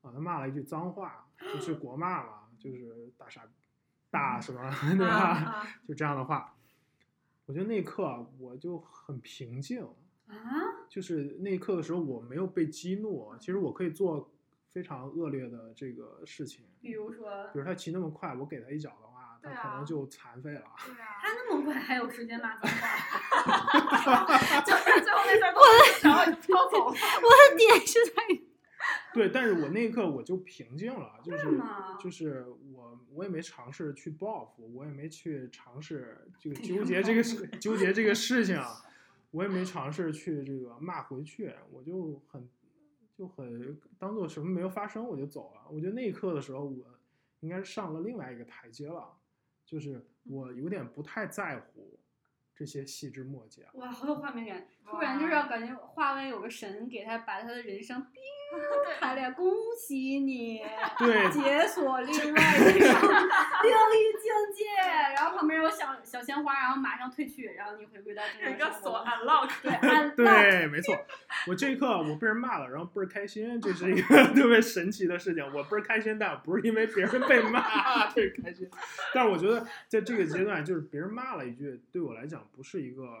啊，他骂了一句脏话，就是啊国骂嘛，就是 大傻大什么，对吧？ 啊啊就这样的话，我觉得那一刻啊我就很平静，啊，就是那一刻的时候我没有被激怒，其实我可以做非常恶劣的这个事情，比如说比如他骑那么快，我给他一脚的话，他对可啊能就残废了。对呀、他那么快还有时间骂脏 话， 就是最后那 事儿过了，然后就飘走 了。我的点是在于对，但是我那一刻我就平静了，就什是么就是我我也没尝试去报复，我也没去尝试这个肯定纠结要这报个事纠结这个 事情，我也没尝试去这个骂回去，我就很就很当做什么没有发生，我就走了。我觉得那一刻的时候，我应该是上了另外一个台阶了，嗯就是我有点不太在乎这些细枝末节了。哇，好有画面感！突然就是要感觉画外有个神给他把他的人 生对哔开了，恭喜你 对解锁另外一个另一境界。然后旁边有小小鲜花，然后马上退去，然后你回归到正有一常个生活锁啊中。 unlock， 对，按到对，没错，我这一刻啊我被人骂了，然后倍儿开心，这是一个特别神奇的事情。我倍儿开心，但我不是因为别人被骂 特别开心，但是我觉得在这个阶段，就是别人骂了一句，对我来讲不是一个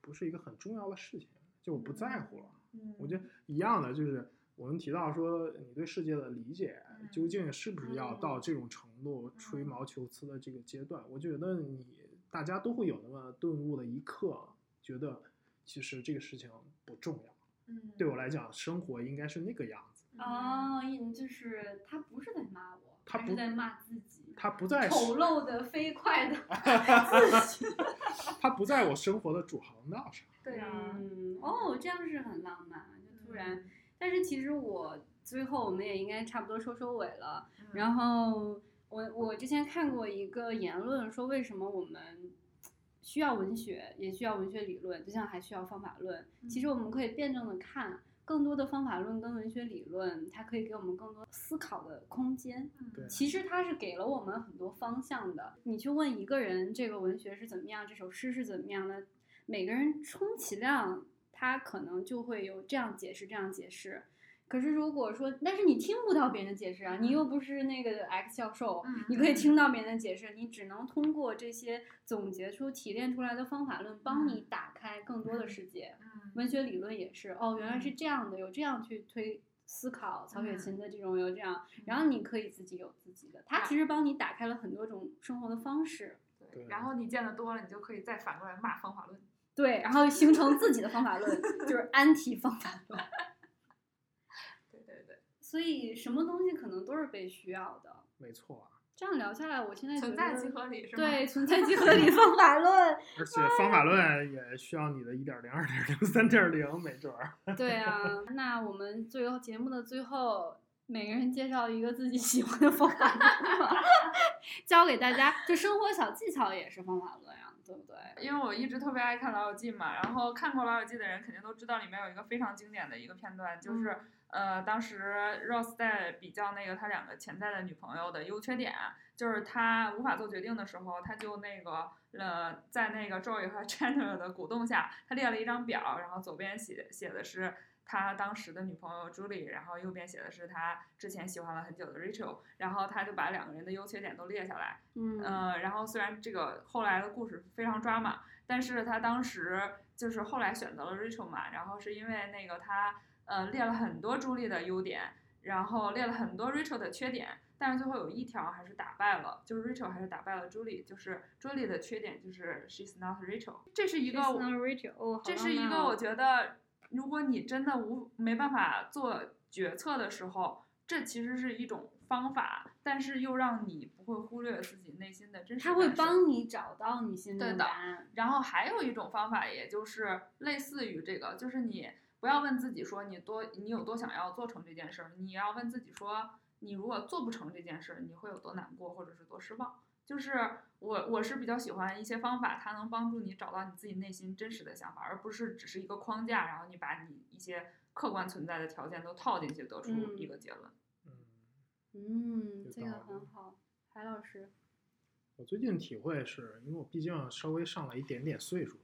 不是一个很重要的事情，就我不在乎了。嗯我觉得一样的，就是我们提到说你对世界的理解嗯究竟是不是要嗯到这种程度吹嗯毛求疵的这个阶段，我觉得你大家都会有那么顿悟的一刻，觉得其实这个事情不重要。嗯，对我来讲，生活应该是那个样子，哦，你就是他不是在骂我，他还不是在骂自己，它不在丑陋的、飞快 的自己。它不在我生活的主航道上。对啊呀、嗯，哦，这样是很浪漫，就突然。嗯但是其实我最后我们也应该差不多收收尾了。嗯，后然后我我之前看过一个言论，说为什么我们需要文学，也需要文学理论，就像还需要方法论。其实我们可以辩证的看，更多的方法论跟文学理论，它可以给我们更多思考的空间。嗯对啊其实它是给了我们很多方向的。你去问一个人这个文学是怎么样，这首诗是怎么样的，每个人充其量他可能就会有这样解释，这样解释。可是如果说，但是你听不到别人的解释啊，你又不是那个 X 教授，嗯你可以听到别人的解释，你只能通过这些总结出、提炼出来的方法论，帮你打开更多的世界。嗯文学理论也是，哦，原来是这样的，有这样去推思考，曹雪嗯芹的这种有这样，然后你可以自己有自己的，它其实帮你打开了很多种生活的方式，对对，然后你见的多了，你就可以再反过来骂方法论。对，然后形成自己的方法论， 就是安提方法论。对对对，所以什么东西可能都是被需要的。没错啊，这样聊下来，我现在觉存得在即合理是吗？对存在即合 理方法 论，而且方法论也需要你的一点零、二点零、 三点零，没准儿。对啊。那我们最后节目的最后，每个人介绍一个自己喜欢的方法论吧， 教给大家。就生活小技巧也是方法论啊，对不对？因为我一直特别爱看《老友记》嘛，然后看过《老友记》的人肯定都知道，里面有一个非常经典的一个片段，就是、呃，当时 Rose 在比较那个他两个潜在的女朋友的优缺点，就是他无法做决定的时候，他就那个呃，在那个 Joy 和 Chandler 的鼓动下，他列了一张表，然后左边写写的是。他当时的女朋友 Julie，然后右边写的是他之前喜欢了很久的 Rachel，然后他就把两个人的优缺点都列下来，嗯呃，然后虽然这个后来的故事非常抓马，但是他当时就是后来选择了 Rachel 嘛，然后是因为那个他呃列了很多朱莉的优点，然后列了很多 Rachel 的缺点，但是最后有一条还是打败了，就是 Rachel 还是打败了朱莉，就是朱莉的缺点就是 she's not Rachel，这是一个 She's not Rachel，哦好这浪是一漫个哦我觉得，如果你真的无没办法做决策的时候，这其实是一种方法，但是又让你不会忽略自己内心的真实。他会。帮你找到你心里对的的答案。然后还有一种方法，也就是类似于这个，就是你不要问自己说你多你有多想要做成这件事儿，你要问自己说你如果做不成这件事儿，你会有多难过或者是多失望。就是我我是比较喜欢一些方法，它能帮助你找到你自己内心真实的想法，而不是只是一个框架，然后你把你一些客观存在的条件都套进去，得出嗯一个结论。嗯，嗯，有这个道理很好，海老 师。我最近体会是因为我毕竟稍微上了一点点岁数，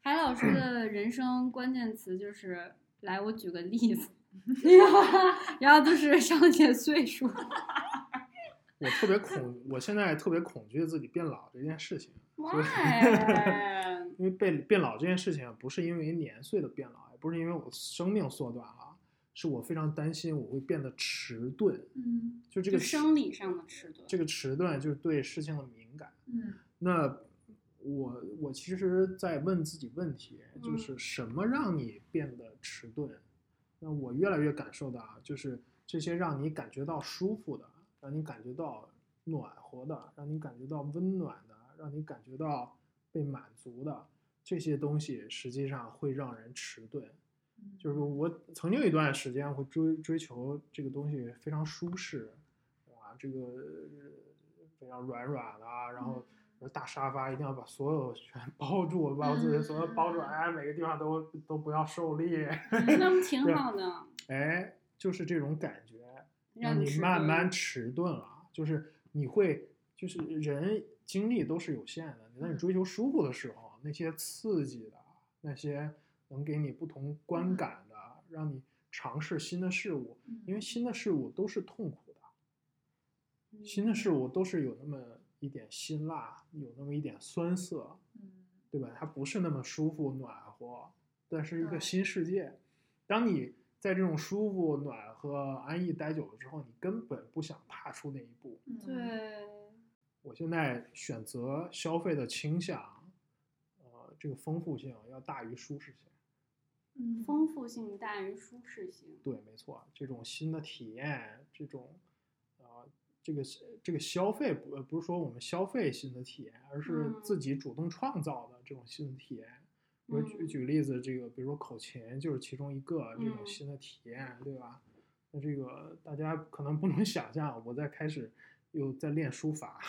海老师的人生关键词就是，来，我举个例 子，然后就是上一些岁 数，我特别恐，我现在特别恐惧自己变老这件事情。哇，因为变变老这件事情，不是因为年岁的变老，也不是因为我生命缩短了，是我非常担心我会变得迟钝。嗯就这就个迟生理上的迟钝，这个迟钝，就是对事情的敏感。嗯那我我其实，在问自己问题，就嗯是什么让你变得迟钝？那我越来越感受到啊，就是这些让你感觉到舒服的，让你感觉到暖和的，让你感觉到温暖的，让你感觉到被满足的这些东西，实际上会让人迟钝。嗯，就是我曾经有一段时间会追追求这个东西非常舒适，啊，这个呃非常软软的啊，然后我说大沙发一定要把所有全 包住，把我自己所有包住，嗯哎，每个地方都都不要受力， 那不挺啊好的，哎，就是这种感觉，让让你迟慢钝慢迟钝了，啊就是你会，就是人精力都是有限的，当你嗯追求舒服的时候，那些刺激的，那些能给你不同观嗯感的，让你尝试新的事物，嗯因为新的事物都是痛苦的，嗯新的事物都是有那么一点辛辣，有那么一点酸涩，嗯对吧？它不是那么舒服暖和，但是一个对新世界。当你在这种舒服、暖和、安逸待久了之后，你根本不想踏出那一步。嗯对，我现在选择消费的倾向，呃，这个丰富性要大于舒适性。嗯丰富性大于舒适性。对，没错，这种新的体验，这种呃，这个这个消费不呃不是说我们消费新的体验，而是嗯自己主动创造的这种新的体验。我举嗯举例子，这个比如说口琴就是其中一个这种嗯新的体验，对吧？那这个大家可能不能想象，我在开始又在练书法，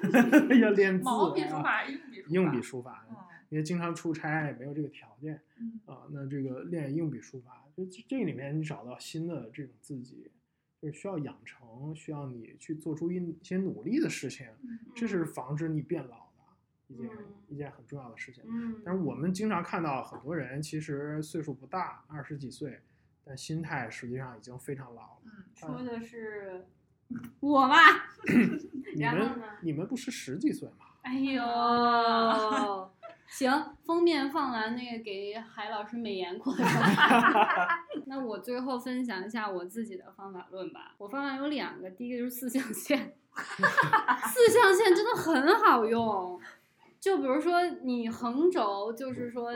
要练字、啊，毛笔书法、硬笔书法，硬笔书法，嗯因为经常出差也没有这个条件。嗯啊，那这个练硬笔书法，就这这里面你找到新的这种自己，就是需要养成，需要你去做出一一些努力的事情，这嗯是防止你变老的一件、一件很重要的事情。嗯，但是我们经常看到很多人其实岁数不大，二十几岁，但心态实际上已经非常老了。嗯，说的是我吧？你然后们呢？你们不是十几岁吗？哎呦，行，封面放完那个给海老师美颜过一下。那我最后分享一下我自己的方法论吧。我方法有两个，第一个就是四象限，四象限真的很好用。就比如说你横轴，就是说，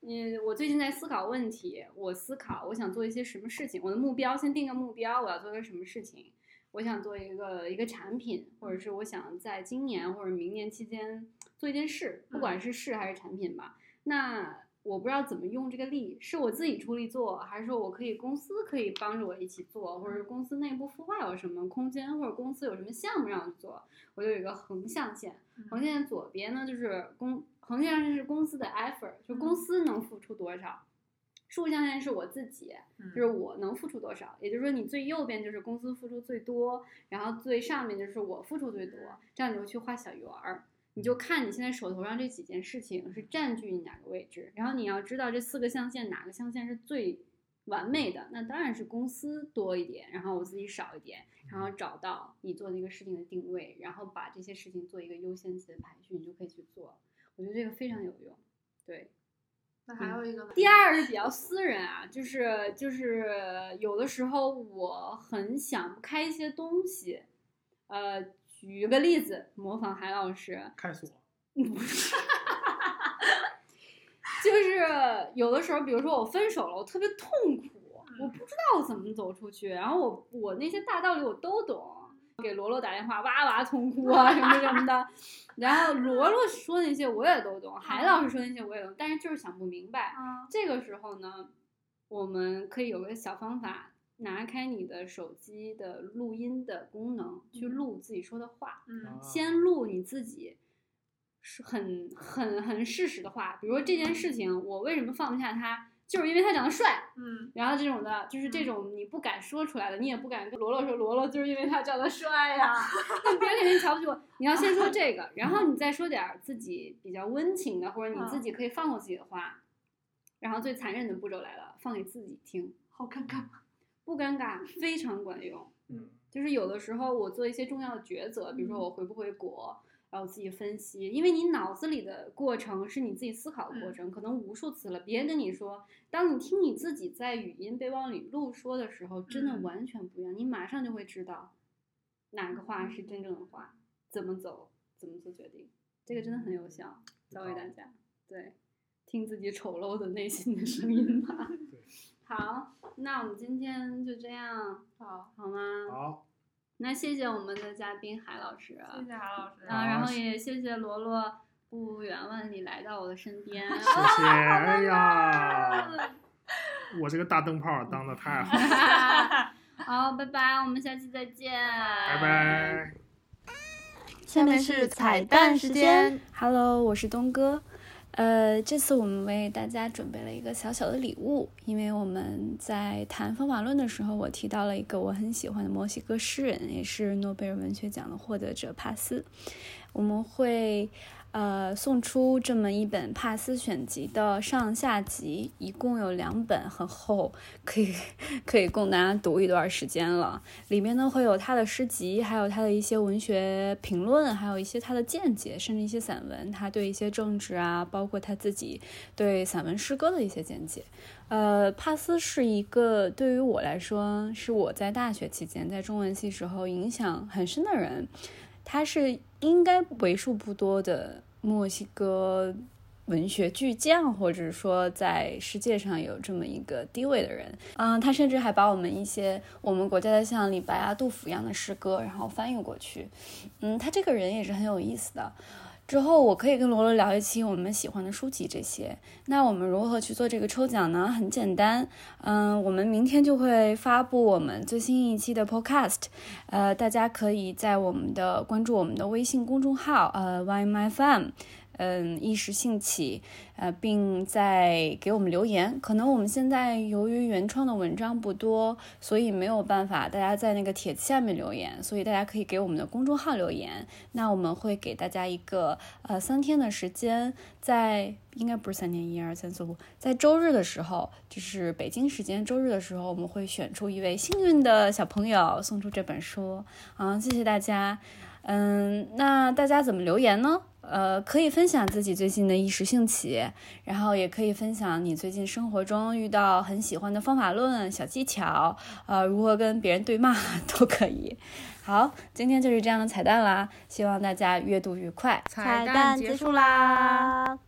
你我最近在思考问题，我思考我想做一些什么事情，我的目标先定个目标，我要做个什么事情。我想做一个一个产品，或者是我想在今年或者明年期间做一件事，不管是事还是产品吧。那我不知道怎么用这个力，是我自己出力做，还是说我可以公司可以帮着我一起做，或者是公司内部孵化有什么空间，或者公司有什么项目让我去做，我就有一个横向线。嗯横线左边呢就是公横向线是公司的 effort，就公司能付出多少。竖向线是我自己，嗯就是我能付出多少，也就是说你最右边就是公司付出最多，然后最上面就是我付出最多，这样你就去画小圆儿，你就看你现在手头上这几件事情是占据你哪个位置，然后你要知道这四个象限哪个象限是最完美的，那当然是公司多一点，然后我自己少一点，然后找到你做那个事情的定位，然后把这些事情做一个优先级的排序，你就可以去做。我觉得这个非常有用，对。那还有一个呢第二是比较私人啊，就是就是有的时候我很想不开一些东西，呃，举个例子，模仿韩老师，开锁，就是有的时候，比如说我分手了，我特别痛苦，我不知道怎么走出去，然后我我那些大道理我都懂。给罗罗打电话，哇哇痛哭啊，什么什么的。 然后罗罗说那些我也都懂，海老师说那些我也懂，但是就是想不明白。啊，这个时候呢，我们可以有个小方法，拿开你的手机的录音的功能，去嗯录自己说的话，嗯先录你自己。是很很很事实的话，比如说这件事情，我为什么放不下他，就是因为他长得帅，嗯然后这种的，就是这种你不敢说出来的，你也不敢跟罗罗说，罗罗就是因为他长得哎帅呀、那别人肯定瞧不起我。你要先说这个，然后你再说点儿自己比较温情的，或者你自己可以放过自己的话。然后最残忍的步骤来了，放给自己听，好尴尬，不尴尬，非常管用。嗯就是有的时候我做一些重要的抉择，比如说我回不回国，然后自己分析，因为你脑子里的过程是你自己思考的过程，可能无数次了。别人跟你说，当你听你自己在语音备忘里录说的时候，真的嗯完全不一样，你马上就会知道哪个话是真正的话，怎么走，怎么做决定，这个真的很有效，教给大家。对，听自己丑陋的内心的声音吧。对好，那我们今天就这样，好，好吗？好，那谢谢我们的嘉宾海老师，谢谢韩老师，啊，然好后也谢谢罗罗不远万里来到我的身 边。 谢谢，哎呀，我这个大灯泡当的太好了。好，拜拜，我们下期再见，拜拜拜。下面是彩蛋时间。 Hello，我是东哥。呃，这次我们为大家准备了一个小小的礼物，因为我们在谈方法论的时候，我提到了一个我很喜欢的墨西哥诗人，也是诺贝尔文学奖的获得者帕斯。我们会呃送出这么一本帕斯选集的上下集，一共有两本，很厚，可以 可以供大家读一段时间了。里面呢会有他的诗集，还有他的一些文学评论，还有一些他的见解，甚至一些散文，他对一些政治啊，包括他自己对散文诗歌的一些见解。呃，帕斯是一个对于我来说，是我在大学期间在中文系时候影响很深的人。它是应该为数不多的墨西哥文学巨匠，或者说在世界上有这么一个地位的人。嗯，他甚至还把我们一些我们国家的像李白啊、杜甫一样的诗歌，然后翻译过去。嗯，他这个人也是很有意思的。之后我可以跟罗罗聊一期我们喜欢的书籍这些。那我们如何去做这个抽奖呢？很简单，嗯，我们明天就会发布我们最新一期的 Podcast，呃，大家可以在我们的关注我们的微信公众号，呃，YMFM，嗯，一时兴起，呃，并在给我们留言。可能我们现在由于原创的文章不多，所以没有办法大家在那个帖子下面留言，所以大家可以给我们的公众号留言。那我们会给大家一个呃三天的时间，在应该不是三天，一二三四五，在周日的时候，就是北京时间周日的时候，我们会选出一位幸运的小朋友，送出这本书。好，谢谢大家。嗯，那大家怎么留言呢？呃，可以分享自己最近的一时兴起，然后也可以分享你最近生活中遇到很喜欢的方法论、小技巧，呃，如何跟别人对骂 都可以。好，今天就是这样的彩蛋啦，希望大家阅读愉快。彩蛋结束啦。